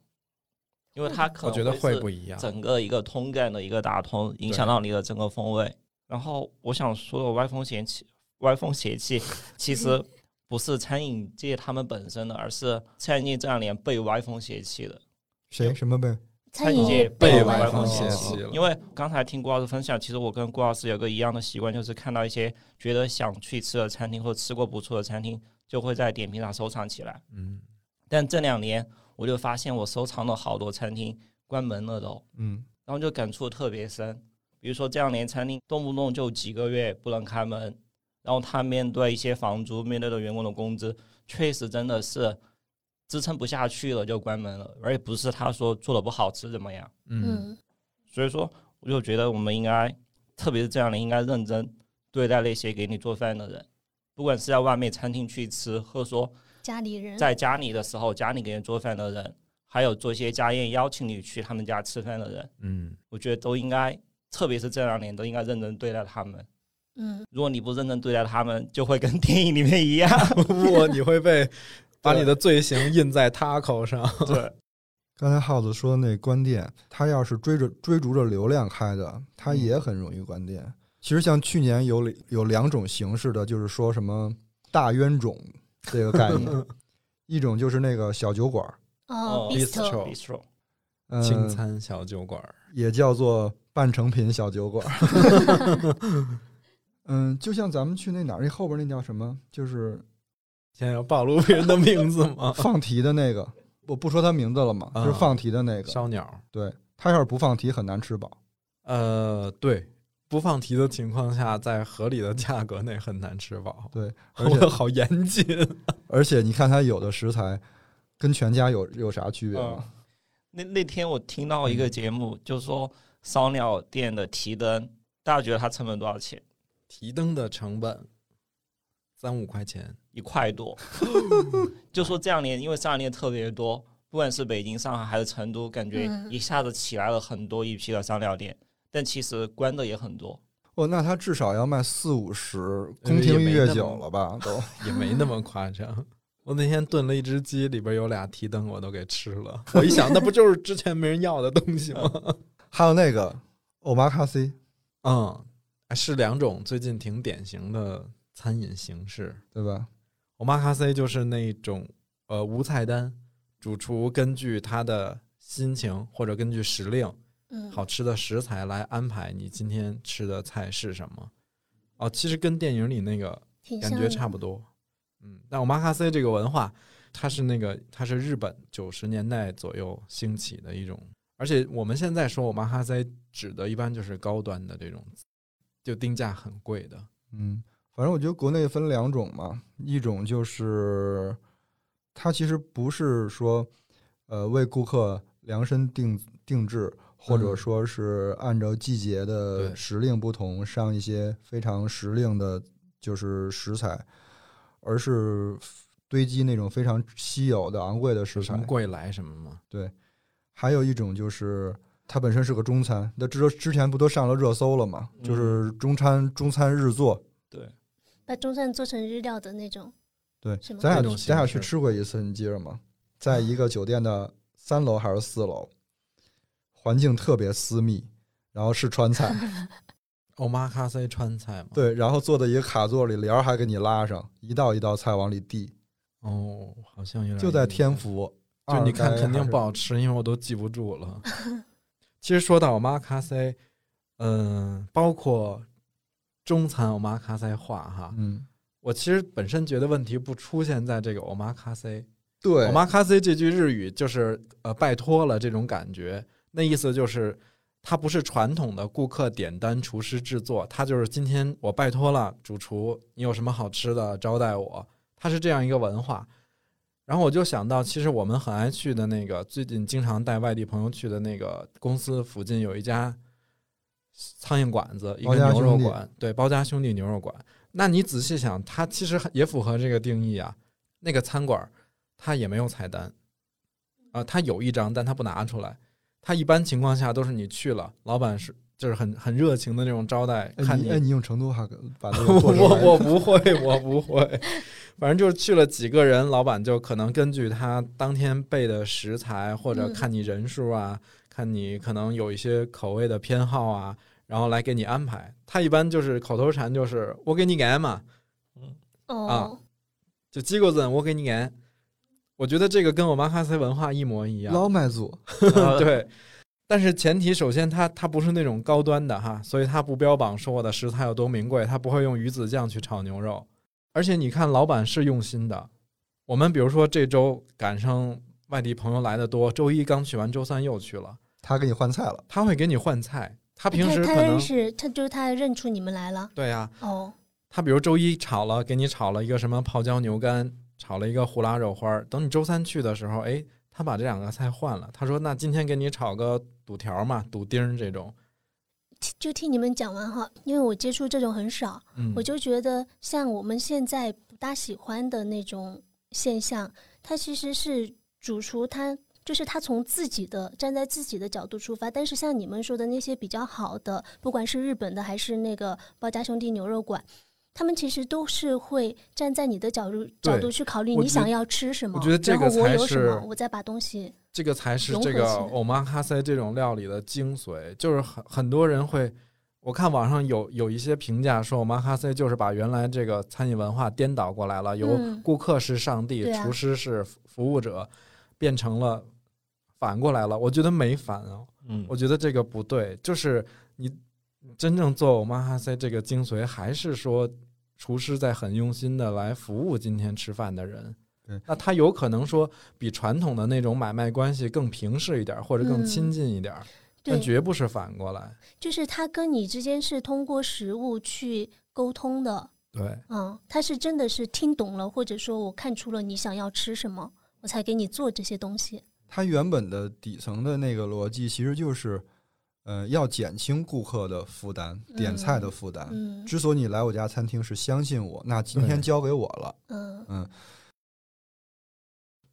S4: 因为它可能
S5: 我觉得会
S4: 是
S5: 不一样。
S4: 整个一个通感的一个打通，影响到你的整个风味。然后我想说的歪风邪气， 歪风邪气其实不是餐饮界他们本身的，而是餐饮界这两年被歪风邪气的。
S2: 谁什么呗？
S3: 餐
S4: 饮
S3: 饮
S4: 界
S3: 业
S5: 被
S3: 被
S5: 歪
S3: 歪
S5: 风
S3: 邪
S5: 邪
S3: 气
S5: 气了
S4: 因为刚才听顾老师分享，其实我跟顾老师有个一样的习惯，就是看到一些觉得想去吃的餐厅或者吃过不错的餐厅，就会在点评上收藏起来。
S5: 嗯，
S4: 但这两年我就发现，我收藏了好多餐厅关门了都，
S2: 嗯，
S4: 然后就感触特别深。比如说这两年餐厅动不动就几个月不能开门，然后他面对一些房租、面对的员工的工资，确实真的是支撑不下去了就关门了，而且不是他说做的不好吃怎么样。
S5: 嗯，
S3: 嗯
S4: 所以说，我就觉得我们应该，特别是这样的，应该认真对待那些给你做饭的人，不管是在外面餐厅去吃，或者说
S3: 家里人
S4: 在家里的时候，家里给人做饭的人，还有做一些家宴邀请你去他们家吃饭的人，
S5: 嗯，
S4: 我觉得都应该，特别是这两年都应该认真对待他们。
S3: 嗯
S4: 如果你不认真对待他们，就会跟 电影里面一样。
S5: 不，你会被把你的罪行印在 taco 上。
S4: 对，
S2: 刚才耗子说那关店，他要是追着追逐着流量开的，他也很容易关店。
S5: 嗯
S2: 其实像去年有里有两种形式的，就是说什么大冤种这个概 念，一种就是那个小酒馆，
S3: 哦
S4: 哦
S3: bistro
S5: bistro
S4: 没错，
S2: 嗯、
S5: 清餐小酒馆儿，
S2: 也叫做半成品小酒馆。 嗯，就像咱们去那哪儿，那后边那叫什么，就是？
S5: 现在要暴露别人的名字吗
S2: 放题的那个，我不说他名字了嘛，
S5: 啊
S2: 就是放题的那个。
S5: 烧鸟。
S2: 对他要是不放题，很难吃饱。
S5: 呃，对，不放题的情况下，在合理的价格内很难吃饱。
S2: 对，而且
S5: 我好严谨。
S2: 而且你看他有的食材跟全家有有啥区别
S4: 嗯
S5: 啊
S2: 吗？，
S4: 那那天我听到一个节目，就是说烧鸟店的提灯，大家觉得它成本多少钱？
S5: 提灯的成本三五块钱。
S4: 一块多。就说这两年，因为这两年特别多，不管是北京、上海还是成都，感觉
S3: 嗯
S4: 一下子起来了很多一批的商料店，但其实关的也很多。
S2: 哦，那他至少要卖四五十
S5: 因为
S2: 宫廷
S5: 呃也没
S2: 御乐
S5: 那
S2: 酒
S5: 么
S2: 了吧？都
S5: 也没那么夸张。我那天炖了一只鸡，里边有俩提灯，我都给吃了。我一想，那不就是之前没人要的东西吗？
S2: 还有那个欧玛卡西，
S5: 嗯，是两种最近挺典型的餐饮形式。
S2: 对吧？
S5: omakase 就是那种呃无菜单，主厨根据他的心情或者根据时令
S3: 嗯
S5: 好吃的食材来安排你今天吃的菜是什么。哦，其实跟电影里那个
S3: 挺
S5: 感
S3: 像
S5: 觉
S3: 的
S5: 差不多。嗯，但我马卡塞这个文化，它是那个它是日本九十年代左右兴起的一种，而且我们现在说我马卡塞指的一般就是高端的这种，就定价很贵的。
S2: 嗯，反正我觉得国内分两种嘛，一种就是它其实不是说，呃为顾客量身定定制，或者说是按照季节的
S5: 嗯对
S2: 时令不同上一些非常时令的，就是食材，而是堆积那种非常稀有的昂贵的食
S5: 什
S2: 材
S5: 么。贵来什么吗？
S2: 还有一种就是它本身是个中餐，那之之前不都上了热搜了吗？
S4: 嗯
S2: 就是中餐中餐日做，
S4: 对，
S3: 把中餐做成日料的那种，
S2: 对，
S3: 是吗
S2: 咱俩
S5: 这种
S2: 咱俩去
S5: 形式
S2: 吃过一次，你记着吗？在一个酒店的三楼还是四楼，环境特别私密，然后是川 菜，
S5: 欧玛咖啡川菜吗？，
S2: 对，然后坐在一个卡座里，帘儿还给你拉上，一道一道菜往里递，
S5: 哦，好像有点
S2: 就在
S5: 印象
S2: 天府。
S5: 就你看
S2: 二代
S5: 肯定
S2: 还是
S5: 不好吃，因为我都记不住了。其实说到 omakase，嗯，包括中餐 omakase 化哈，
S2: 嗯，
S5: 我其实本身觉得问题不出现在这个 omakase。
S2: 对，
S5: omakase 这句日语就是呃拜托了这种感觉，那意思就是它不是传统的顾客点单厨师制作，它就是今天我拜托了主厨，你有什么好吃的招待我，它是这样一个文化。然后我就想到，其实我们很爱去的那个，最近经常带外地朋友去的那个公司附近有一家苍蝇馆子，一
S2: 包家
S5: 个牛肉
S2: 兄弟
S5: 馆，对，包家兄弟牛肉馆。那你仔细想，它其实也符合这个定义啊。那个餐馆儿它也没有菜单，啊、它有一张，但它不拿出来。它一般情况下都是你去了，老板是就是很很热情的那种招待，
S2: 哎
S5: 看
S2: 你哎，你用成都话把那个
S5: 我
S2: 做出来
S5: 我我不会， 我不会。反正就是去了几个人，老板就可能根据他当天备的食材，或者
S3: 嗯
S5: 看你人数啊，
S2: 嗯
S5: 看你可能有一些口味的偏好啊，然后来给你安排。他一般就是口头禅，就是我给你改嘛，啊
S3: 哦，
S5: 就机构子我给你改。我觉得这个跟我妈哈塞文化一模一样。
S2: 老买祖，
S5: 对，但是前提首先它它不是那种高端的哈，所以它不标榜说我的食材有多名贵，它不会用鱼子酱去炒牛肉。而且你看，老板是用心的。我们比如说这周赶上外地朋友来的多，周一刚去完，周三又去了，
S2: 他给你换菜了，
S5: 他会给你换菜。他平
S3: 他
S5: 时可
S3: 他
S5: 能
S3: 认识他就是他认出你们来了，
S5: 对呀、
S3: 哦，
S5: 他比如周一炒了，给你炒了一个什么泡椒牛肝，炒了一个胡辣肉花儿。等你周三去的时候，哎，他把这两个菜换了。他说：“那今天给你炒个肚条嘛，肚丁儿这种。
S3: 就听你们讲完哈，因为我接触这种很少，
S5: 嗯”
S3: 我就觉得像我们现在不大喜欢的那种现象，它其实是主厨他。就是他从自己的站在自己的角度出发，但是像你们说的那些比较好的，不管是日本的还是那个包家兄弟牛肉馆，他们其实都是会站在你的角度角度去考虑
S5: 我
S3: 你
S5: 觉得
S3: 想要吃什么，
S5: 我觉得这个
S3: 然后我
S5: 才
S3: 有什么
S5: 是，
S3: 我再把东西
S5: 这个才是
S3: 融合
S5: 这个
S3: 起来
S5: omakase 这种料理的精髓，就是很很多人会，我看网上有有一些评价说 omakase 就是把原来这个餐饮文化颠倒过来了，由
S3: 嗯
S5: 顾客是上帝，
S3: 对啊
S5: 厨师是服服务者，变成了反过来了。我觉得没反啊，
S4: 嗯
S5: 我觉得这个不对，就是你真正做 omakase 这个精髓，还是说厨师在很用心的来服务今天吃饭的人
S2: 对。
S5: 那他有可能说比传统的那种买卖关系更平视一点儿，或者更
S3: 嗯
S5: 亲近一点儿，
S3: 对
S5: 但绝不是反过来。
S3: 就是他跟你之间是通过食物去沟通的，
S5: 对，
S3: 嗯，他是真的是听懂了，或者说我看出了你想要吃什么，我才给你做这些东西。
S2: 它原本的底层的那个逻辑其实就是，呃，要减轻顾客的负担，点菜的负担。
S3: 嗯
S2: 之所以你来我家餐厅是相信我，那今
S5: 对
S2: 天交给我了。
S3: 嗯
S2: 嗯，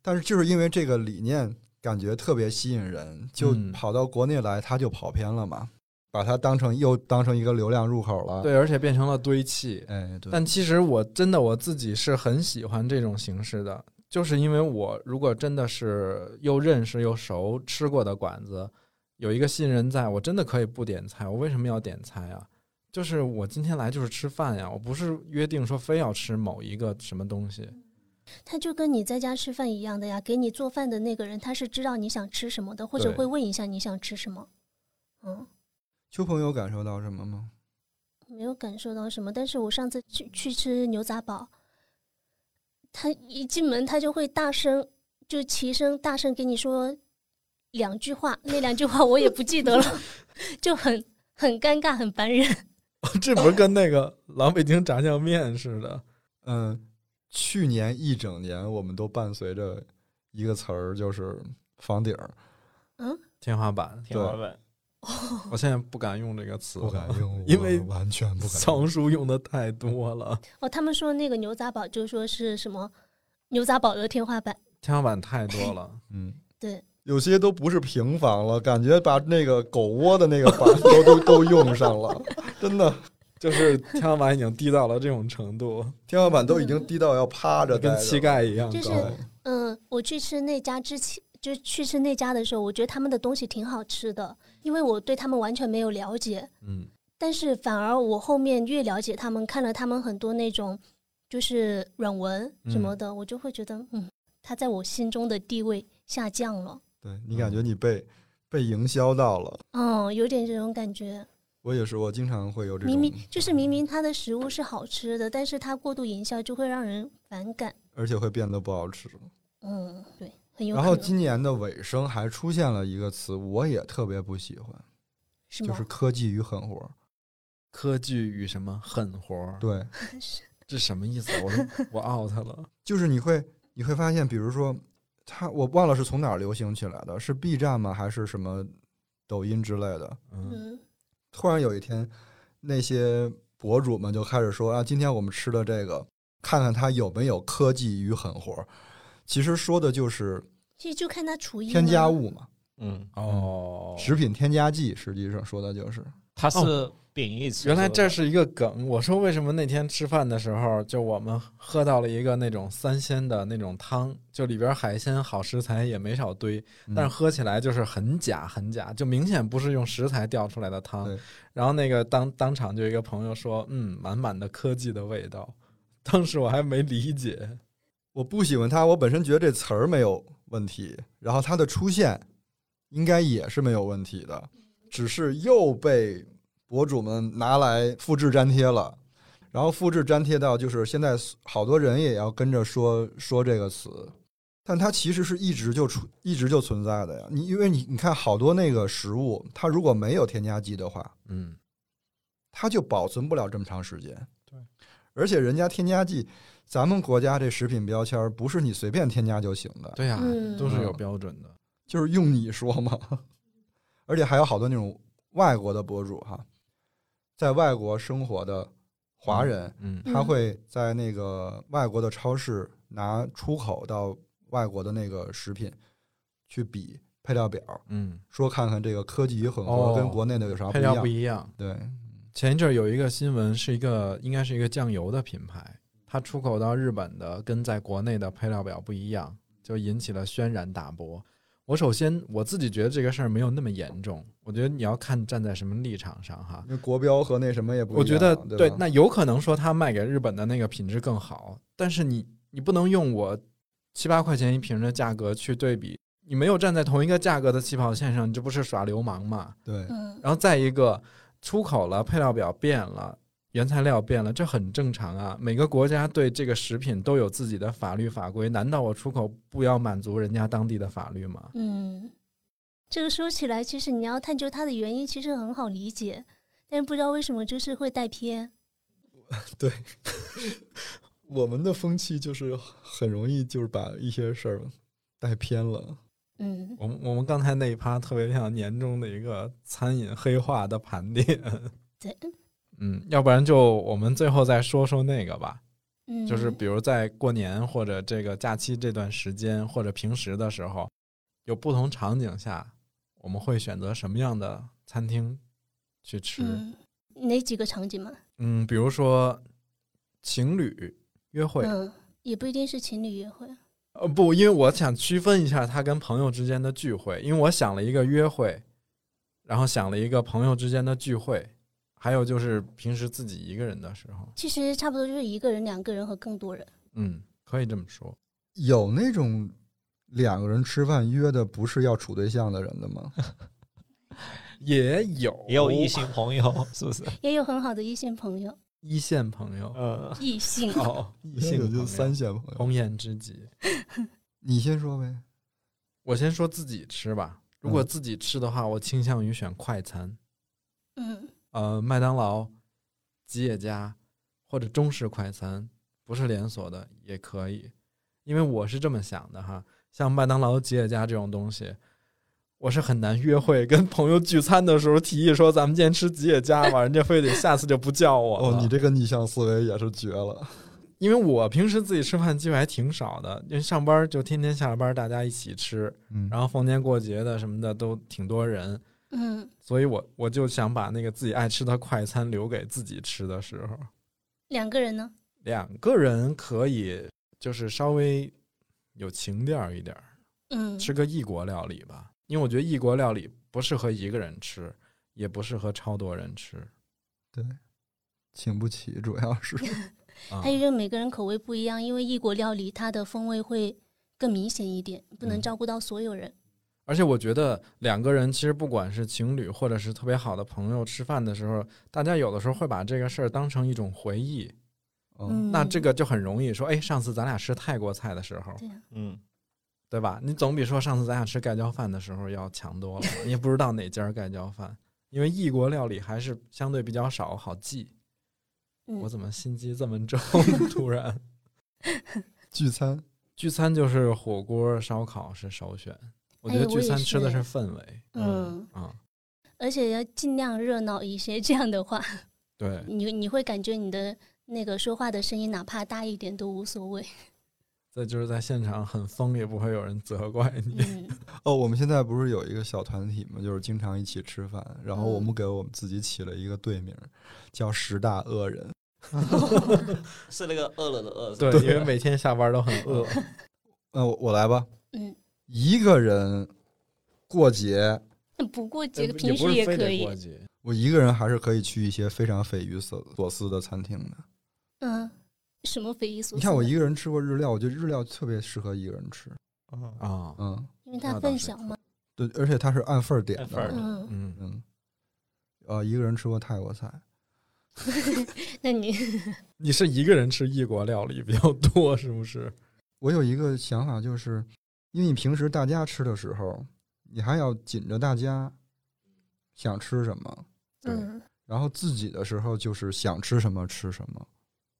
S2: 但是就是因为这个理念，感觉特别吸引人，就
S5: 嗯
S2: 跑到国内来，他就跑偏了嘛，把它当成又当成一个流量入口了。，
S5: 对，而且变成了堆砌。
S2: 哎，对，
S5: 但其实我真的我自己是很喜欢这种形式的，就是因为我如果真的是又认识又熟吃过的馆子，有一个新人在，我真的可以不点菜。我为什么要点菜啊？就是我今天来就是吃饭呀，我不是约定说非要吃某一个什么东西。
S3: 他就跟你在家吃饭一样的呀，给你做饭的那个人他是知道你想吃什么的，或者
S2: 对
S3: 会问一下你想吃什么。嗯，
S2: 邱鹏有感受到什么吗？
S3: 没有感受到什么，但是我上次去去吃牛杂煲，他一进门他就会大声就齐声大声给你说两句话，那两句话我也不记得了， 就很很尴尬，很烦人。
S5: 这不是跟 那个老北京炸酱面似的？
S2: 嗯，去年一整年，我们都伴随着一个词儿，就是房顶儿，
S5: 天花板。
S4: 天花板。
S5: 我现在不敢用这个词
S2: 哦不
S5: 了，
S2: 敢 用，
S5: 因为
S2: 我完全 不敢
S5: 藏
S2: 用。
S5: 书用的太多 了，
S3: 哦，他们说那个牛杂堡就说是什么牛杂堡的天花板，
S5: 天花板太 多了。
S2: 嗯，
S3: 对，
S2: 有些都不是平房了，感觉把那个狗窝的那个板 都都都用上了，真的，
S5: 就是天花板已经低到了这种程度，
S2: 天花板都已经低到要趴着
S5: 跟
S2: 待着
S5: 膝盖一样
S3: 嗯就是
S5: 高。
S3: 嗯、我去吃那家之前，就去吃那家的时候，我觉得他们的东西挺好吃的，因为我对他们完全没有了解，
S5: 嗯，
S3: 但是反而我后面越了解他们，看了他们很多那种就是软文什么的，我就会觉得，嗯，他在我心中的地位下降了，
S2: 对你感觉你
S5: 嗯
S2: 被被营销到了。
S3: 嗯，有点这种感觉。
S2: 我也是，我经常会有这种，
S3: 明明就是明明它的食物是好吃的，但是它过度营销就会让人反感。
S2: 而且会变得不好吃。
S3: 嗯，对，很有可
S2: 然
S3: 能。
S2: 后今年的尾声还出现了一个词，我也特别不喜欢，
S3: 是
S2: 就
S3: 吗？
S2: 是科技与狠活。
S5: 科技与什么狠活儿？
S3: 嗯
S2: 对，
S5: 这什么意思？我都我 out 了。
S2: 就是你会你会发现，比如说，它我忘了是从哪儿流行起来的，是 B 站吗？还是什么抖音之类的？
S5: 嗯，
S3: 嗯，
S2: 突然有一天，那些博主们就开始说啊，今天我们吃的这个，看看它有没有科技与狠活。其实说的就是
S3: 其实就看它厨艺
S2: 添
S3: 嘛
S2: 加。物嘛，
S4: 嗯，
S5: 哦，
S2: 食品添加剂，实际上说的就是
S4: 它是
S5: 哦
S4: 贬义词。
S5: 原来这是一个梗。我说为什么那天吃饭的时候，就我们喝到了一个那种三鲜的那种汤，就里边海鲜好食材也没少堆，
S2: 嗯
S5: 但是喝起来就是很假很假，就明显不是用食材调出来的汤
S2: 对。
S5: 然后那个当当场就有一个朋友说，嗯，满满的科技的味道。当时我还没理解，
S2: 我不喜欢它，我本身觉得这词儿没有问题，然后它的出现应该也是没有问题的，只是又被博主们拿来复制粘贴了，然后复制粘贴到就是现在好多人也要跟着说说这个词，但它其实是一直就出一直就存在的呀。你因为你你看好多那个食物，它如果没有添加剂的话，
S5: 嗯，
S2: 它就保存不了这么长时间。
S5: 对，
S2: 而且人家添加剂，咱们国家这食品标签儿不是你随便添加就行的，
S5: 对呀、
S3: 嗯
S5: 都是有标准的。
S2: 就是用你说嘛。 而且还有好多那种外国的博主哈、在外国生活的华人，
S5: 嗯
S3: 嗯
S2: 他会在那个外国的超市拿出口到外国的那个食品去比配料表，
S5: 嗯，
S2: 说看看这个科技与混合
S5: 哦
S2: 跟国内的有啥不
S5: 配
S2: 一
S5: 料不
S2: 样。
S5: 一样。
S2: 对，
S5: 前一阵儿有一个新闻，是一个应该是一个酱油的品牌，它出口到日本的跟在国内的配料表不一样，就引起了轩然大波。我首先我自己觉得这个事儿没有那么严重，我觉得你要看站在什么立场上哈。
S2: 因为国标和那什么也不一样。
S5: 我觉得
S2: 对吧
S5: 那有可能说它卖给日本的那个品质更好，但是你你不能用我七八块钱一瓶的价格去对比，你没有站在同一个价格的起跑线上，你这不是耍流氓吗？
S2: 对，
S3: 嗯，
S5: 然后再一个，出口了，配料表变了，原材料变了，这很正常啊。每个国家对这个食品都有自己的法律法规，难道我出口不要满足人家当地的法律吗？
S3: 嗯，这个说起来，其实你要探究它的原因，其实很好理解，但是不知道为什么就是会带偏。
S2: 我们的风气就是很容易就是把一些事儿带偏了。
S3: 嗯，
S2: 哦
S5: 我们我们刚才那一趴特别像年终的一个餐饮黑化的盘点，
S3: 对，
S5: 嗯，要不然就我们最后再说说那个吧，
S3: 嗯，
S5: 就是比如在过年或者这个假期这段时间，或者平时的时候，有不同场景下，我们会选择什么样的餐厅去吃？
S3: 嗯，哪几个场景嘛？
S5: 嗯，比如说情侣约会，
S3: 嗯，也不一定是情侣约会。啊
S5: 呃，不，因为我想区分一下他跟朋友之间的聚会，因为我想了一个约会，然后想了一个朋友之间的聚会，还有就是平时自己一个人的时候，
S3: 其实差不多就是一个人、两个人和更多人。
S5: 嗯，可以这么说。
S2: 有那种两个人吃饭约的不是要处对象的人的吗？
S5: 也有
S4: 也有异性朋 友，是不是？
S3: 也有很好的异性朋友，
S5: 一线朋友，
S4: 嗯，
S3: 异性
S5: 哦，异性
S2: 有
S5: 朋友
S2: 就三线朋友，
S5: 红颜知己。
S2: 你先说呗。
S5: 我先说自己吃吧，如果
S2: 嗯
S5: 自己吃的话，我倾向于选快餐，
S3: 嗯，
S5: 呃，麦当劳、吉野家或者中式快餐，不是连锁的也可以，因为我是这么想的哈，像麦当劳、吉野家这种东西，我是很难约会跟朋友聚餐的时候提议说咱们今天吃吉野家吧，人家非得下次就不叫我了。
S2: 哦，你这个逆向思维也是绝了。
S5: 因为我平时自己吃饭机会还挺少的，因为上班就天天下了班大家一起吃，
S2: 嗯，
S5: 然后逢年过节的什么的都挺多人，
S3: 嗯，
S5: 所以我我就想把那个自己爱吃的快餐留给自己吃的时候，
S3: 两个人呢？
S5: 两个人可以就是稍微有情调儿一点儿，
S3: 嗯，
S5: 吃个异国料理吧，因为我觉得异国料理不适合一个人吃，也不适合超多人吃。
S2: 对，请不起，主要是
S5: 啊
S3: 还有就是每个人口味不一样，因为异国料理它的风味会更明显一点，不能
S5: 嗯
S3: 照顾到所有人。
S5: 而且我觉得两个人其实不管是情侣或者是特别好的朋友吃饭的时候，大家有的时候会把这个事儿当成一种回忆，
S2: 嗯，
S3: 嗯，
S5: 哦那这个就很容易说，哎，上次咱俩吃泰国菜的时候，
S3: 对啊呀、
S4: 嗯，
S5: 对吧？你总比说上次咱俩吃盖浇饭的时候要强多了，你也不知道哪家盖浇饭，因为异国料理还是相对比较少好记。
S3: 嗯
S5: 我怎么心机这么重？ 突然，
S2: 聚餐
S5: 聚餐就是火锅、烧烤是首选，我觉
S3: 哎
S5: 得
S3: 我
S5: 聚
S3: 也
S5: 餐
S3: 是
S5: 吃的
S3: 哎
S5: 是氛围
S3: 嗯，
S5: 啊、
S3: 而且要尽量热闹一些，这样的 话，
S5: 对。
S3: 你你会感觉你的那个说话的声音哪怕大一点都无所 谓。
S5: 再就是在现场很疯，也不会有人责 怪你。
S3: 嗯，
S2: 哦，我们现在不是有一个小团体嘛，就是经常一起吃饭，然后我
S3: 嗯
S2: 们给我们自己起了一个队名，叫十大恶人。
S4: 是那个饿了的饿，是吧
S5: 对，嗯因为每天下班都很饿。
S2: 呃，我我来吧，
S3: 嗯，
S2: 一个人过节，
S3: 不过这个
S5: 不
S3: 平时
S5: 呃也不是非
S3: 可
S5: 得
S3: 以
S5: 过。节
S2: 我一个人还是可以去一些非常匪夷所所思的餐厅的。
S3: 嗯，什么匪夷所思？
S2: 你看我一，个人吃过日料，我觉得日料特别适合一个人吃。
S4: 哦
S5: 啊、
S2: 嗯，
S3: 因为
S5: 那
S3: 它
S5: 倒
S3: 份
S5: 是
S3: 小嘛。
S2: 对，而且它是按份儿点
S4: 按份儿
S2: 的。
S4: 的
S3: 嗯，
S5: 嗯，
S2: 嗯，呃，一个人吃过泰国菜，
S3: 那你
S5: 你是一个人吃异国料理比较多，是不是？
S2: 我有一个想法，就是因为你平时大家吃的时候，你还要紧着大家想吃什么，
S5: 对
S3: 嗯
S2: 然后自己的时候就是想吃什么吃什么。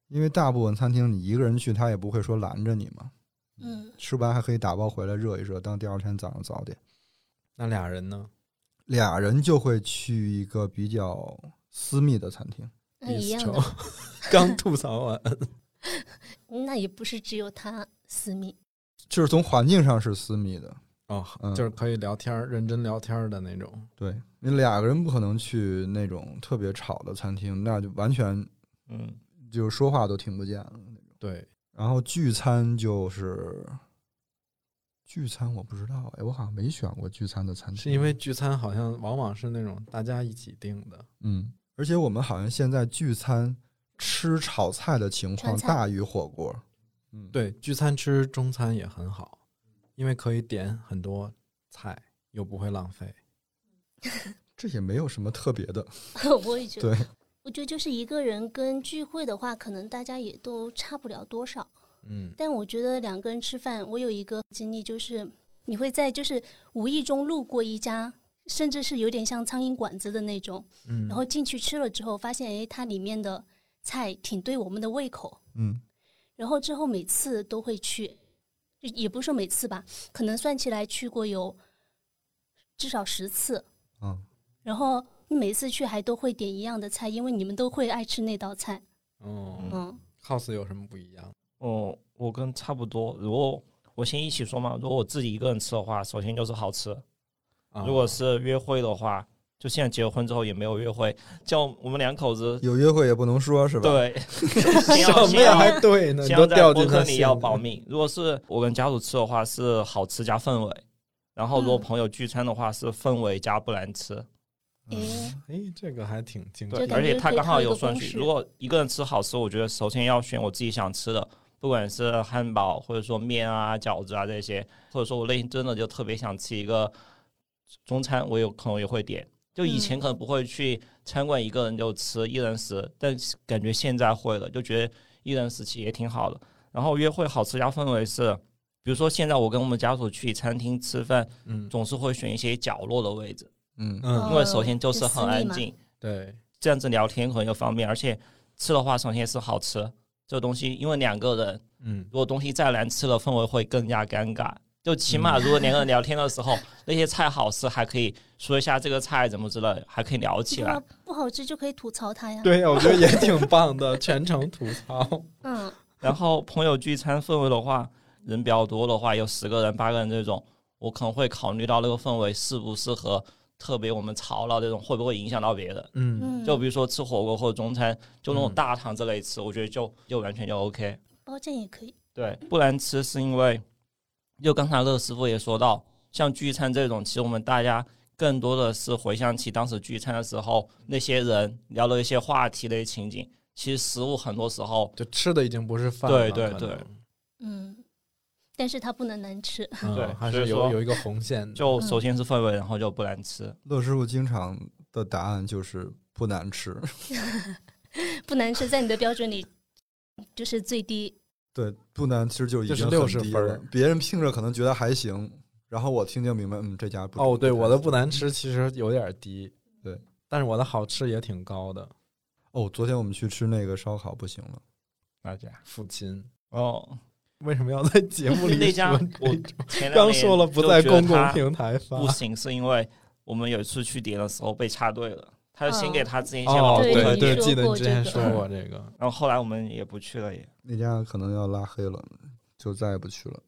S2: 因为大部分餐厅你一个人去，他也不会说拦着你嘛。
S3: 嗯，
S2: 吃完还可以打包回来热一热，当第二天早上早点。
S5: 那俩人呢？
S2: 俩人就会去一个比较私密的餐厅。
S3: 那一样
S5: Bistro
S3: 的，
S5: 刚吐槽完，
S3: 那也不是只有他私密。
S2: 就是从环境上是私密的，
S5: 哦，
S2: 嗯
S5: 就是可以聊天儿，认真聊天儿的那种。
S2: 对你俩个人不可能去那种特别吵的餐厅，那就完全
S4: 嗯，
S2: 就是说话都听不见了。
S5: 对，
S2: 然后聚餐就是聚餐，我不知道，哎，我好像没选过聚餐的餐厅，
S5: 是因为聚餐好像往往是那种大家一起定的。
S2: 嗯，而且我们好像现在聚餐吃炒菜的情况
S3: 川菜
S2: 大于火锅，嗯，，
S5: 对，聚餐吃中餐也很好，因为可以点很多菜，又不会浪费。
S2: 这也没有什么特别的，
S3: 我也觉得，
S2: 对，
S3: 我觉得就是一个人跟聚会的话，可能大家也都差不了多少。
S5: 嗯，
S3: 但我觉得两个人吃饭，我有一个经历，就是你会在就是无意中路过一家，甚至是有点像苍蝇馆子的那种，
S5: 嗯
S3: 然后进去吃了之后，发现诶，它里面的菜挺对我们的胃口，
S2: 嗯，
S3: 然后之后每次都会去，就也不是说每次吧，可能算起来去过有至少十次。
S2: 啊，
S3: 然后你每次去还都会点一样的菜，因为你们都会爱吃那道菜。
S5: 哦
S3: 嗯
S5: ，cos 有什么不一样？
S4: 哦，我跟差不多。如果我先一起说嘛，如果我自己一个人吃的话，首先就是好吃。
S5: 啊
S4: 如果是约会的话，就现在结婚之后也没有约会，叫我们两口子
S2: 有约会也不能说是吧？，
S4: 对， 先
S5: 什
S4: 要
S5: 么
S4: 先
S5: 呀？
S4: 要
S5: 还对呢，你
S4: 先
S5: 都
S4: 要
S5: 掉
S4: 在
S5: 进
S4: 播
S5: 他
S4: 客里要保密。如果是我跟家属吃的话，是好吃加氛围；然后如果
S3: 嗯
S4: 朋友聚餐的话，是氛围加不难吃。
S3: 诶，
S2: 嗯
S5: 哎，这个还挺精
S4: 对
S5: 准
S3: 就，感
S4: 而且
S3: 觉
S4: 它
S3: 可以
S4: 刚
S3: 套
S4: 好
S3: 一
S4: 有
S3: 个
S4: 顺
S3: 公
S4: 序。
S3: 式
S4: 如果一个人吃好吃，我觉得首先要选我自己想吃的，不管是汉堡或者说面啊、饺子啊这些，或者说我内心真的就特别想吃一个中餐，我有可能也会点。就以
S3: 嗯
S4: 前可能不会去餐馆一个人就吃一人食，但是感觉现在会了，就觉得一人食其实也挺好的。然后约会好吃加氛围是，比如说现在我跟我们家属去餐厅吃饭，
S5: 嗯
S4: 总是会选一些角落的位置，
S2: 嗯，
S5: 嗯，
S4: 因为首先就
S3: 哦就是私
S4: 很
S3: 密
S4: 安
S3: 嘛
S4: 静，
S5: 对，
S4: 这样子聊天可能就方便，而且吃的话，首先是好吃这个东西，因为两个人
S5: 嗯
S4: 如果东西再难吃了，氛围会更加尴尬。就起码如果两个人聊天的时候，那些菜好吃，还可以说一下这个菜怎么之类，还可以聊起
S3: 对
S4: 来
S3: 啊。，不好吃就可以吐槽他呀。，
S4: 啊
S5: 对，我觉得也挺棒的，全程吐槽。
S3: 嗯，
S4: 然后朋友聚餐氛围的话，人比较多的话，有十个人、八个人这种，我可能会考虑到那个氛围适不适合，特别我们吵闹这种会不会影响到别人。
S5: 嗯，
S3: 嗯，
S4: 就比如说吃火锅或者中餐，就那种
S5: 嗯
S4: 大堂之类吃，我觉得就就完全就 OK。
S3: 包间也可以。
S4: 对，不然吃是因为，就刚才乐师傅也说到，像聚餐这种，其实我们大家更多的是回想起当时聚餐的时候那些人聊的一些话题的一些情景。其实食物很多时候，
S5: 就吃的已经不是饭
S4: 对
S5: 了，
S4: 对
S5: 可
S4: 对
S5: 能
S3: 嗯，但是它不能难吃。
S5: 嗯
S4: 对
S5: 还
S4: 所
S5: 是
S4: 以
S5: 有
S4: 说
S5: 有一个红线的。
S4: 就首先是氛围，然后就不难吃。
S2: 乐师傅经常的答案就是不难吃，
S3: 不难吃，在你的标准里就是最低。
S2: 对，不难吃就已
S5: 这
S2: 经
S5: 是
S2: 很
S5: 60
S2: 低
S5: 分
S2: 了
S5: 儿
S2: 别人听着可能觉得还行，然后我听就明白，嗯，这家不
S5: 哦，对，我的不
S2: 太行
S5: 难吃其实有点低，
S2: 对，
S5: 但是我的好吃也挺高的。
S2: 哦，昨天我们去吃那个烧烤不行了，
S5: 那家父亲
S4: 哦，
S5: 为什么要在节目里
S4: 那家
S5: 说
S4: 我
S5: 这种
S4: 前两
S5: 刚
S4: 年
S5: 说了不
S4: 就
S5: 在
S4: 觉得
S5: 公共
S4: 它
S5: 平台发，
S4: 不行，是因为我们有一次去点的时候被插队了，他就先给他之前先老
S5: 哦，
S4: 推
S3: 对你
S5: 对对，
S3: 说
S5: 记得你
S3: 过
S5: 之
S3: 这
S5: 前
S3: 个
S5: 说过这个，
S4: 然后后来我们也不去了也。
S2: 那家可能要拉黑了，就再也不去了。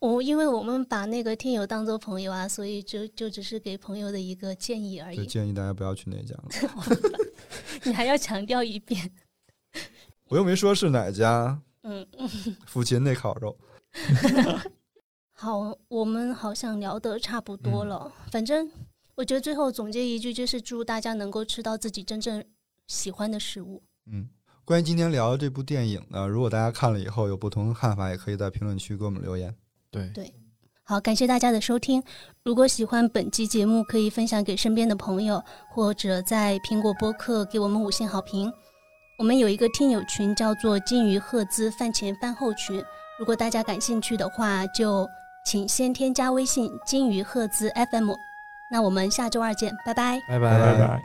S3: 我、因为我们把那个听友当做朋友啊，所以就就只是给朋友的一个建议而
S2: 就
S3: 已。
S2: 建议大家不要去那家了。
S3: 你还要强调一遍。
S2: 我又没说是哪家，
S3: 嗯，
S2: 父亲那烤肉。
S3: 好，我们好像聊得差不多了。
S4: 嗯
S3: 反正我觉得最后总结一句就是祝大家能够吃到自己真正喜欢的食物。
S2: 嗯，关于今天聊的这部电影呢，如果大家看了以后有不同的看法，也可以在评论区给我们留言。
S5: 对
S3: 对好，感谢大家的收听。如果喜欢本期节目，可以分享给身边的朋友，或者在苹果播客给我们五星好评。我们有一个听友群，叫做“金鱼赫兹饭前饭后群”。如果大家感兴趣的话，就请先添加微信“金鱼赫兹 FM”。那我们下周二见，拜拜。
S5: 拜
S2: 拜
S5: 拜
S2: 拜。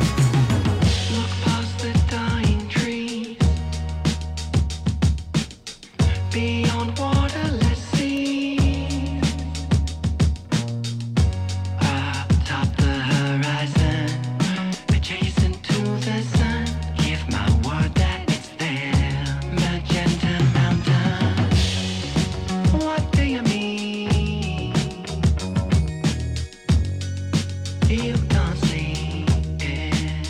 S6: Look past the dying tree. Beyond waterless seas. Atop the horizon, adjacent to the sun. Give my word that it's there. Magenta mountain. What do you mean? You don't see it.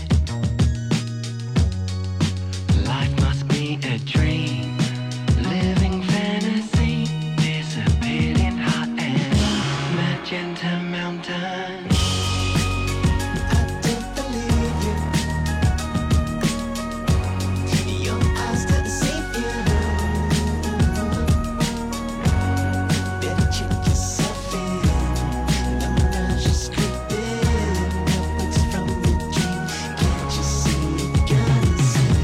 S6: Life must be a dream, living fantasy, disappearing hot air, magenta mountain. I don't believe you. Till your eyes couldn't see you. Better check yourself in. The mirage is creeping upwards from your dream. Can't you see me gonna see?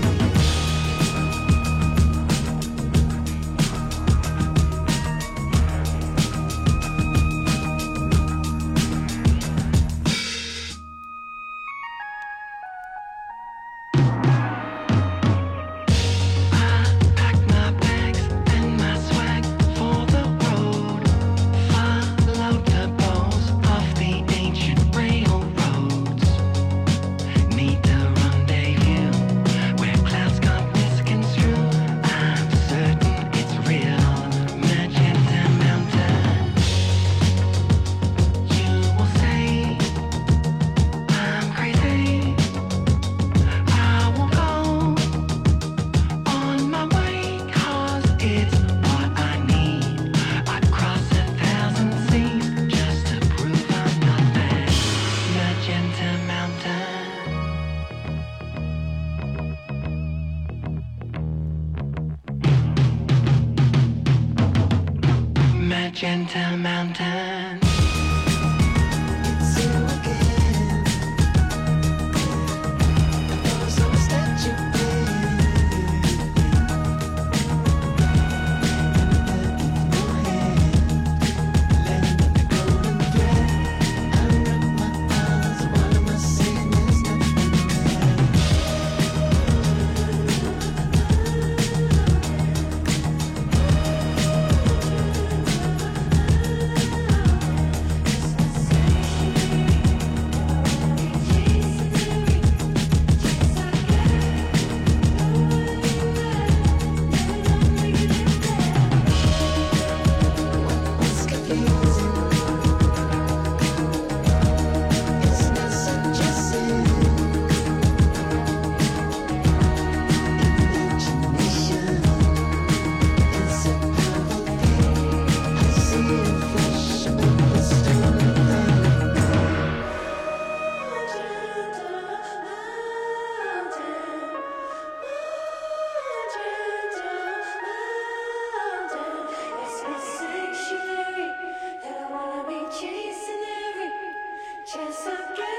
S7: again.